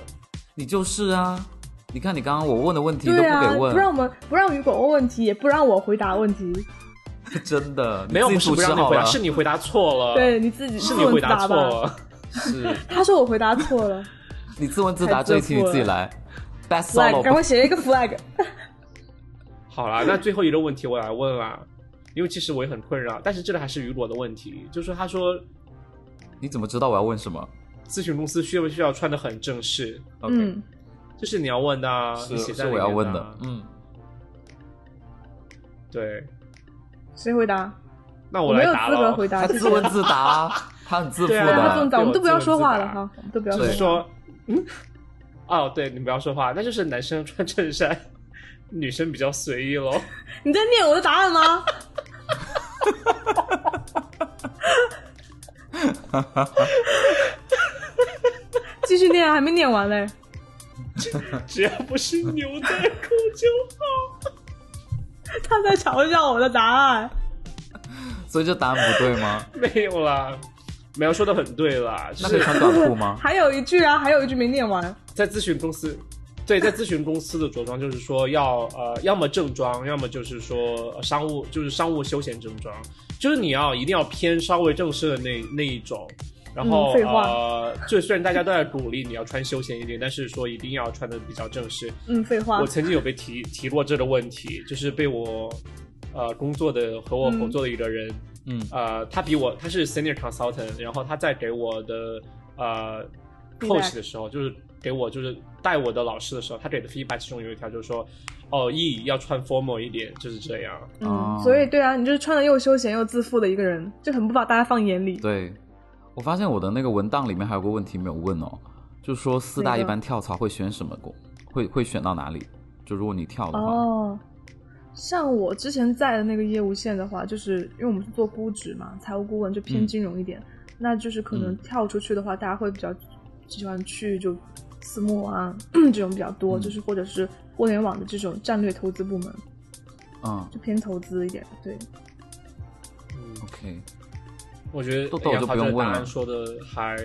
Speaker 2: 你就是啊，你看你刚刚我问的问题都不
Speaker 3: 对啊，
Speaker 2: 给
Speaker 3: 不
Speaker 2: 问，
Speaker 3: 让我们不让雨果问问题，也不让我回答问题，
Speaker 2: (laughs) 真的
Speaker 1: 没有，
Speaker 2: 你
Speaker 1: 不
Speaker 2: 自
Speaker 1: 是
Speaker 2: 己主
Speaker 1: 不
Speaker 2: 持
Speaker 1: 让你
Speaker 2: 好
Speaker 1: 回答，
Speaker 2: 了，
Speaker 1: 是你回答错了，
Speaker 3: 对，你自己
Speaker 1: 是
Speaker 3: 自
Speaker 1: 你
Speaker 3: 问
Speaker 1: 回
Speaker 3: 自
Speaker 1: 答
Speaker 3: 答
Speaker 1: 错
Speaker 3: 吧。
Speaker 1: 了。
Speaker 2: 是
Speaker 3: 他说我回答错
Speaker 1: (laughs)
Speaker 3: 了
Speaker 2: 你自问自答这一期你自己来，best
Speaker 3: ，flag，赶快
Speaker 2: solo，
Speaker 3: 写一个
Speaker 1: (laughs)
Speaker 3: flag。
Speaker 1: 好啦，那最后一个问题我来问啦，因为其实我也很困扰，但是这个还是雨果的问题，就是他说
Speaker 2: 你怎么知道我要问什么
Speaker 1: 咨询公司需不需要穿的很正式，
Speaker 2: ？OK，
Speaker 3: 嗯，
Speaker 1: 这是你要问的啊，你写
Speaker 2: 是
Speaker 1: 在
Speaker 2: 是
Speaker 1: 里
Speaker 2: 我
Speaker 1: 面
Speaker 2: 要问
Speaker 1: 的
Speaker 2: 的
Speaker 1: 啊，，
Speaker 2: 嗯，
Speaker 1: 对，
Speaker 3: 谁回答？
Speaker 1: 那
Speaker 3: 我
Speaker 1: 来
Speaker 3: 没有
Speaker 1: 答
Speaker 3: 资格
Speaker 1: 了，哦啊
Speaker 3: 回答
Speaker 2: 他
Speaker 3: 这
Speaker 2: 自
Speaker 3: 个。
Speaker 2: 问自答啊，他很自负
Speaker 1: 对啊
Speaker 3: 对啊，他这
Speaker 2: 的
Speaker 3: 么，早，我们都不要说话了
Speaker 1: 对
Speaker 3: 哈，我们都不要
Speaker 1: 就是
Speaker 3: 话。
Speaker 1: 说，嗯，哦，对你不要说话，那就是男生穿衬衫，女生比较随意咯。 (laughs)
Speaker 3: 你在念我的答案吗？继续念啊，还没念完嘞。
Speaker 1: 只要不是牛仔裤就好。
Speaker 3: 他在嘲笑我的答案。
Speaker 2: 所以这答案不对吗？
Speaker 1: 没有啦，没有说的很对啦，就
Speaker 2: 那
Speaker 1: 是
Speaker 2: 可以穿短裤
Speaker 3: (laughs)
Speaker 2: 吗？
Speaker 3: 还有一句啊，还有一句没念完。
Speaker 1: 在咨询公司，对，在咨询公司的着装就是说要呃，要么正装，要么就是说呃商务，就是商务休闲正装，就是你要一定要偏稍微正式的那那一种。然后、
Speaker 3: 嗯废话
Speaker 1: 呃，就虽然大家都在鼓励你要穿休闲一点，但是说一定要穿的比较正式。
Speaker 3: 嗯，废话
Speaker 1: 我。曾经有被提提过这个问题，就是被我呃工作的和我
Speaker 3: 嗯
Speaker 1: 合作的一个人，
Speaker 2: 嗯
Speaker 1: 呃，他比我他是 senior consultant，然后他在给我的呃
Speaker 3: Feedback
Speaker 1: coach 的时候，就是给我就是带我的老师的时候，他给的 feedback 其中有一条就是说，哦，E 要穿 formal 一点，就是这样。
Speaker 3: 嗯
Speaker 2: 哦，
Speaker 3: 所以对啊，你就是穿的又休闲又自负的一个人，就很不把大家放眼里。
Speaker 2: 对，我发现我的那个文档里面还有个问题没有问哦，就是说四大
Speaker 3: 哪
Speaker 2: 一
Speaker 3: 个
Speaker 2: 般跳槽会选什么工，会会选到哪里？就如果你跳的话，
Speaker 3: 哦，像我之前在的那个业务线的话，就是因为我们是做估值嘛，财务顾问就偏
Speaker 2: 嗯
Speaker 3: 金融一点，那就是可能
Speaker 2: 嗯
Speaker 3: 跳出去的话，大家会比较喜欢去就私募啊 (clears throat) 这种比较多，
Speaker 2: 嗯
Speaker 3: 就是或者是互联网的这种战略投资部门，
Speaker 2: 嗯
Speaker 3: 就偏投资一点。对，
Speaker 1: 嗯，
Speaker 2: ，OK，
Speaker 1: 我觉得
Speaker 2: 豆豆
Speaker 1: 杨
Speaker 2: 就
Speaker 1: 涛
Speaker 2: 不用
Speaker 1: 这个答
Speaker 2: 问了
Speaker 1: 案说的还。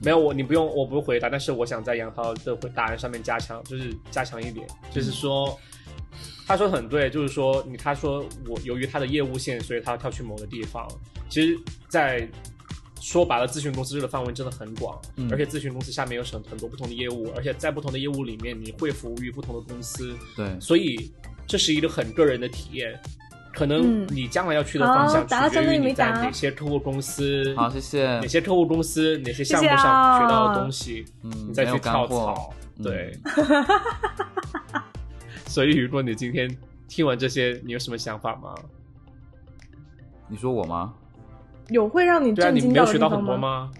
Speaker 1: 没有我，你不用，我不用回答。但是我想在杨涛的回答案上面加强，就是加强一点，就是说，他说得很对，就是说，你他说我由于他的业务线，所以他要跳去某个地方。其实，在说白了，咨询公司这个范围真的很广，
Speaker 2: 嗯
Speaker 1: 而且咨询公司下面有很很多不同的业务，而且在不同的业务里面，你会服务于不同的公司，
Speaker 2: 对，
Speaker 1: 所以这是一个很个人的体验。可能
Speaker 3: 嗯
Speaker 1: 你将来要去的方
Speaker 3: 好
Speaker 1: 向
Speaker 3: 答到
Speaker 1: 取
Speaker 3: 相
Speaker 1: 决
Speaker 3: 对
Speaker 1: 于
Speaker 3: 没
Speaker 1: 你在
Speaker 3: 答
Speaker 1: 哪些客户公司、
Speaker 2: 好，谢谢
Speaker 1: 哪，些客户公司、哪些项
Speaker 3: 谢
Speaker 1: 目
Speaker 3: 谢啊
Speaker 1: 上学到的东西，
Speaker 2: 嗯
Speaker 1: 你，再
Speaker 2: 没
Speaker 1: 去
Speaker 2: 有
Speaker 1: 跳
Speaker 2: 干货
Speaker 1: 槽。，
Speaker 2: 嗯
Speaker 1: 对， (laughs) 所以如果你今天听完这些，你有什么想法吗？
Speaker 2: 你说我吗？
Speaker 3: 有会让你
Speaker 1: 对啊，
Speaker 3: 震
Speaker 1: 你
Speaker 3: 惊
Speaker 1: 没有
Speaker 3: 的
Speaker 1: 学
Speaker 3: 地
Speaker 1: 到
Speaker 3: 方
Speaker 1: 很多
Speaker 3: 吗？
Speaker 1: 吗？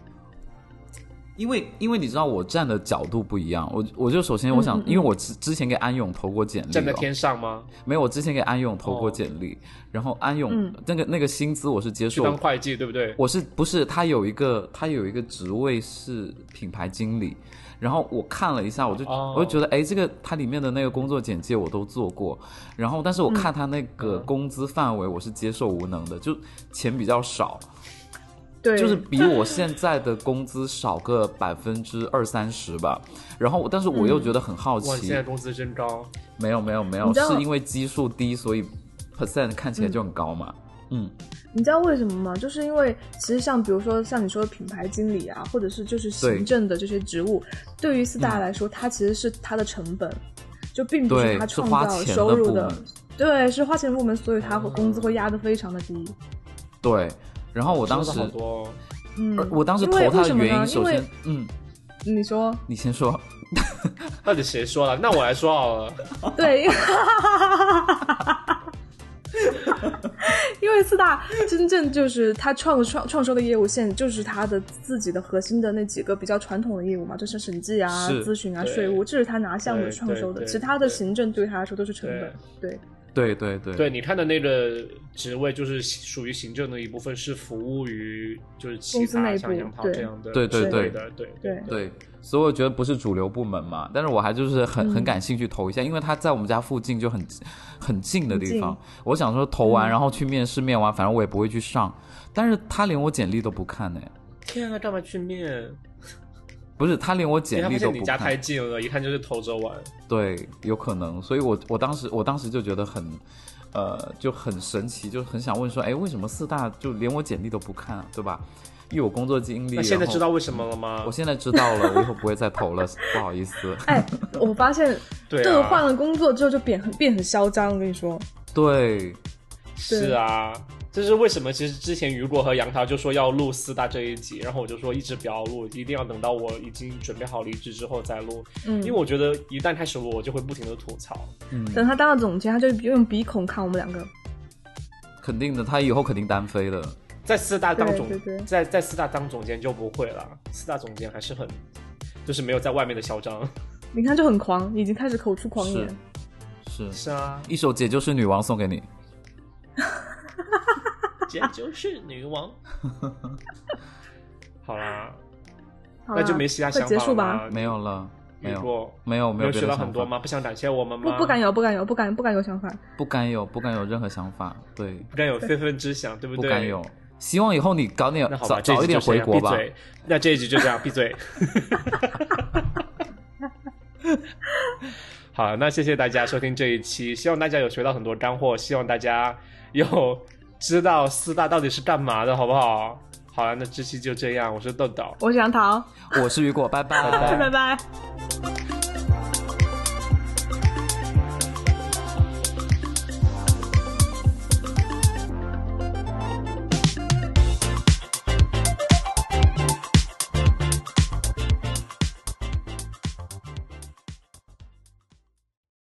Speaker 2: 因为因为你知道我站的角度不一样，我我就首先我想，
Speaker 3: 嗯嗯嗯
Speaker 2: 因为我之之前给安勇投过简历、哦，
Speaker 1: 站在天上吗？
Speaker 2: 没有，我之前给安勇投过
Speaker 1: 哦
Speaker 2: 简历，然后安勇、
Speaker 3: 嗯
Speaker 2: 那个那个薪资我是接
Speaker 1: 去
Speaker 2: 受
Speaker 1: 当会计，对不对？
Speaker 2: 我是不是他有一个他有一个职位是品牌经理，然后我看了一下，我就、
Speaker 1: 哦
Speaker 2: 我就觉得哎，这个它里面的那个工作简介我都做过，然后但是我看他那个
Speaker 1: 嗯
Speaker 2: 工资范围我是接受无能的，就钱比较少，
Speaker 3: 对，
Speaker 2: 就是比我现在的工资少个百分之二三十吧。然后，但是我又觉得很好
Speaker 1: 哇，你
Speaker 2: 奇，
Speaker 1: 现在工资真高，
Speaker 2: 没有没有没有
Speaker 3: 嗯你，知道
Speaker 2: 是因为基数低，所以 percent 看起来就很高嘛。嗯，
Speaker 3: 你知道为什么吗？就是因为其实像比如说像你说的品牌经理啊，或者是就是行政的这些职务，对于四大来说，它其实是它的成本，就并不
Speaker 2: 嗯对
Speaker 3: 是它，
Speaker 2: 是
Speaker 3: 创
Speaker 2: 花
Speaker 3: 造
Speaker 2: 钱
Speaker 3: 收入
Speaker 2: 部
Speaker 3: 的。
Speaker 2: 门。
Speaker 3: 对，是花钱的部门，所以它会工资会压得非常的低。
Speaker 2: 对，然后我当时
Speaker 1: 说得，好多哦、
Speaker 3: 嗯
Speaker 2: 呃，我当时
Speaker 3: 因为
Speaker 2: 投他
Speaker 3: 为
Speaker 2: 的
Speaker 3: 什么
Speaker 2: 原
Speaker 3: 呢
Speaker 2: 因，首
Speaker 3: 因为
Speaker 2: 先，嗯，
Speaker 3: 你说
Speaker 2: 你先说，
Speaker 1: 到底谁说了？那我来说好了。 (laughs)
Speaker 3: 对，因为因为四大真正就是他创创创收的业务线，就是他的自己的核心的那几个比较传统的业务嘛，就是审计啊、
Speaker 2: 是
Speaker 3: 咨询啊、
Speaker 1: 对
Speaker 3: 税务，这是他拿项目
Speaker 1: 对
Speaker 3: 创收的。
Speaker 1: 对对
Speaker 3: 其他的
Speaker 1: 对
Speaker 3: 行政对他来说都是成本。对，
Speaker 2: 对对对
Speaker 1: 对，你看的那个职位就是属于行政的一部分，是服务于就是其
Speaker 3: 公司内
Speaker 1: 他
Speaker 3: 部
Speaker 1: 像杨桃
Speaker 3: 对
Speaker 1: 这样的
Speaker 2: 对对
Speaker 1: 职
Speaker 3: 对
Speaker 1: 位的，对
Speaker 3: 对
Speaker 2: 对，所以我觉得不是主流部门嘛，但是我还就是很很
Speaker 3: 嗯
Speaker 2: 感兴趣投一下，因为他在我们家附近就很很近的
Speaker 3: 很
Speaker 2: 地
Speaker 3: 近
Speaker 2: 方，我想说投完
Speaker 3: 嗯
Speaker 2: 然后去面试，面完反正我也不会去上，但是他连我简历都不看呢、
Speaker 1: 天啊，干嘛去面？
Speaker 2: 不是他连我
Speaker 1: 因为
Speaker 2: 简
Speaker 1: 他
Speaker 2: 历
Speaker 1: 发
Speaker 2: 都
Speaker 1: 现
Speaker 2: 不
Speaker 1: 你家太
Speaker 2: 看，
Speaker 1: 近了，一看就是偷着玩。
Speaker 2: 对，有可能，所以我我当时我当时就觉得很，呃，就很神奇，就很想问说，哎，为什么四大就连我简历都不看、啊，对吧？因为我工作经历，
Speaker 1: 那现在
Speaker 2: 然后嗯
Speaker 1: 知道为什么了吗
Speaker 2: 我？现在知道了，我以后不会再投了， (laughs) 不好意思。
Speaker 3: 哎，我发现
Speaker 1: (laughs) 对
Speaker 3: 豆豆换
Speaker 1: 啊，
Speaker 3: 了工作之后就变很变很嚣张，我跟你说，
Speaker 2: 对，
Speaker 1: 是啊。这是为什么？其实之前雨果和杨桃就说要录四大这一集，然后我就说一直不要录，一定要等到我已经准备好离职之后再录，
Speaker 3: 嗯
Speaker 1: 因为，我觉得一旦开始录，我就会不停的吐槽。
Speaker 2: 嗯，
Speaker 3: 等他当了总监，他就用鼻孔看我们两个。
Speaker 2: 肯定的，他以后肯定单飞了。
Speaker 1: 在四大当总，
Speaker 3: 对对对
Speaker 1: 在在四大当总监就不会了，四大总监还是很，就是没有在外面的嚣张。
Speaker 3: 你看就很狂，已经开始口出狂言
Speaker 2: 是。是，
Speaker 1: 是
Speaker 2: (laughs)
Speaker 1: 啊，
Speaker 2: 一首《解就是女王》送给你。
Speaker 1: 姐就是女
Speaker 2: (laughs)
Speaker 1: 王。好啦，
Speaker 3: 好
Speaker 1: 那就
Speaker 3: 啦
Speaker 1: 没其他
Speaker 3: 快
Speaker 1: 想法
Speaker 3: 结束
Speaker 1: 了
Speaker 3: 吧。
Speaker 1: 吗
Speaker 2: 没有了，没
Speaker 1: 雨
Speaker 2: 有，
Speaker 1: 果
Speaker 2: 没有，
Speaker 1: 没
Speaker 2: 有
Speaker 1: 有
Speaker 2: 别
Speaker 1: 学到
Speaker 2: 的想法
Speaker 1: 很多？吗？不想感谢我们
Speaker 3: 不
Speaker 1: 吗？
Speaker 3: 不敢有，不敢有，不敢不敢有想法。
Speaker 2: 不敢有，不敢有任何想法。对，
Speaker 1: 不敢有非分之想，对不
Speaker 2: 不
Speaker 1: 对？
Speaker 2: 敢有。希望以后你早点
Speaker 1: 那好
Speaker 2: 早
Speaker 1: 吧，这
Speaker 2: 早
Speaker 1: 集
Speaker 2: 一点
Speaker 1: 就这
Speaker 2: 回
Speaker 1: 样
Speaker 2: 国吧
Speaker 1: 闭。嘴。那这一集就这样，闭
Speaker 2: (laughs)
Speaker 1: 嘴。好，那谢谢大家收听这一期，希望大家有学到很多干货，希望大家有知道四大到底是干嘛的，好不好？好了，那这期就这样，我是豆豆，
Speaker 3: 我是杨桃，
Speaker 2: 我是雨果，拜
Speaker 1: 拜拜
Speaker 3: 拜拜。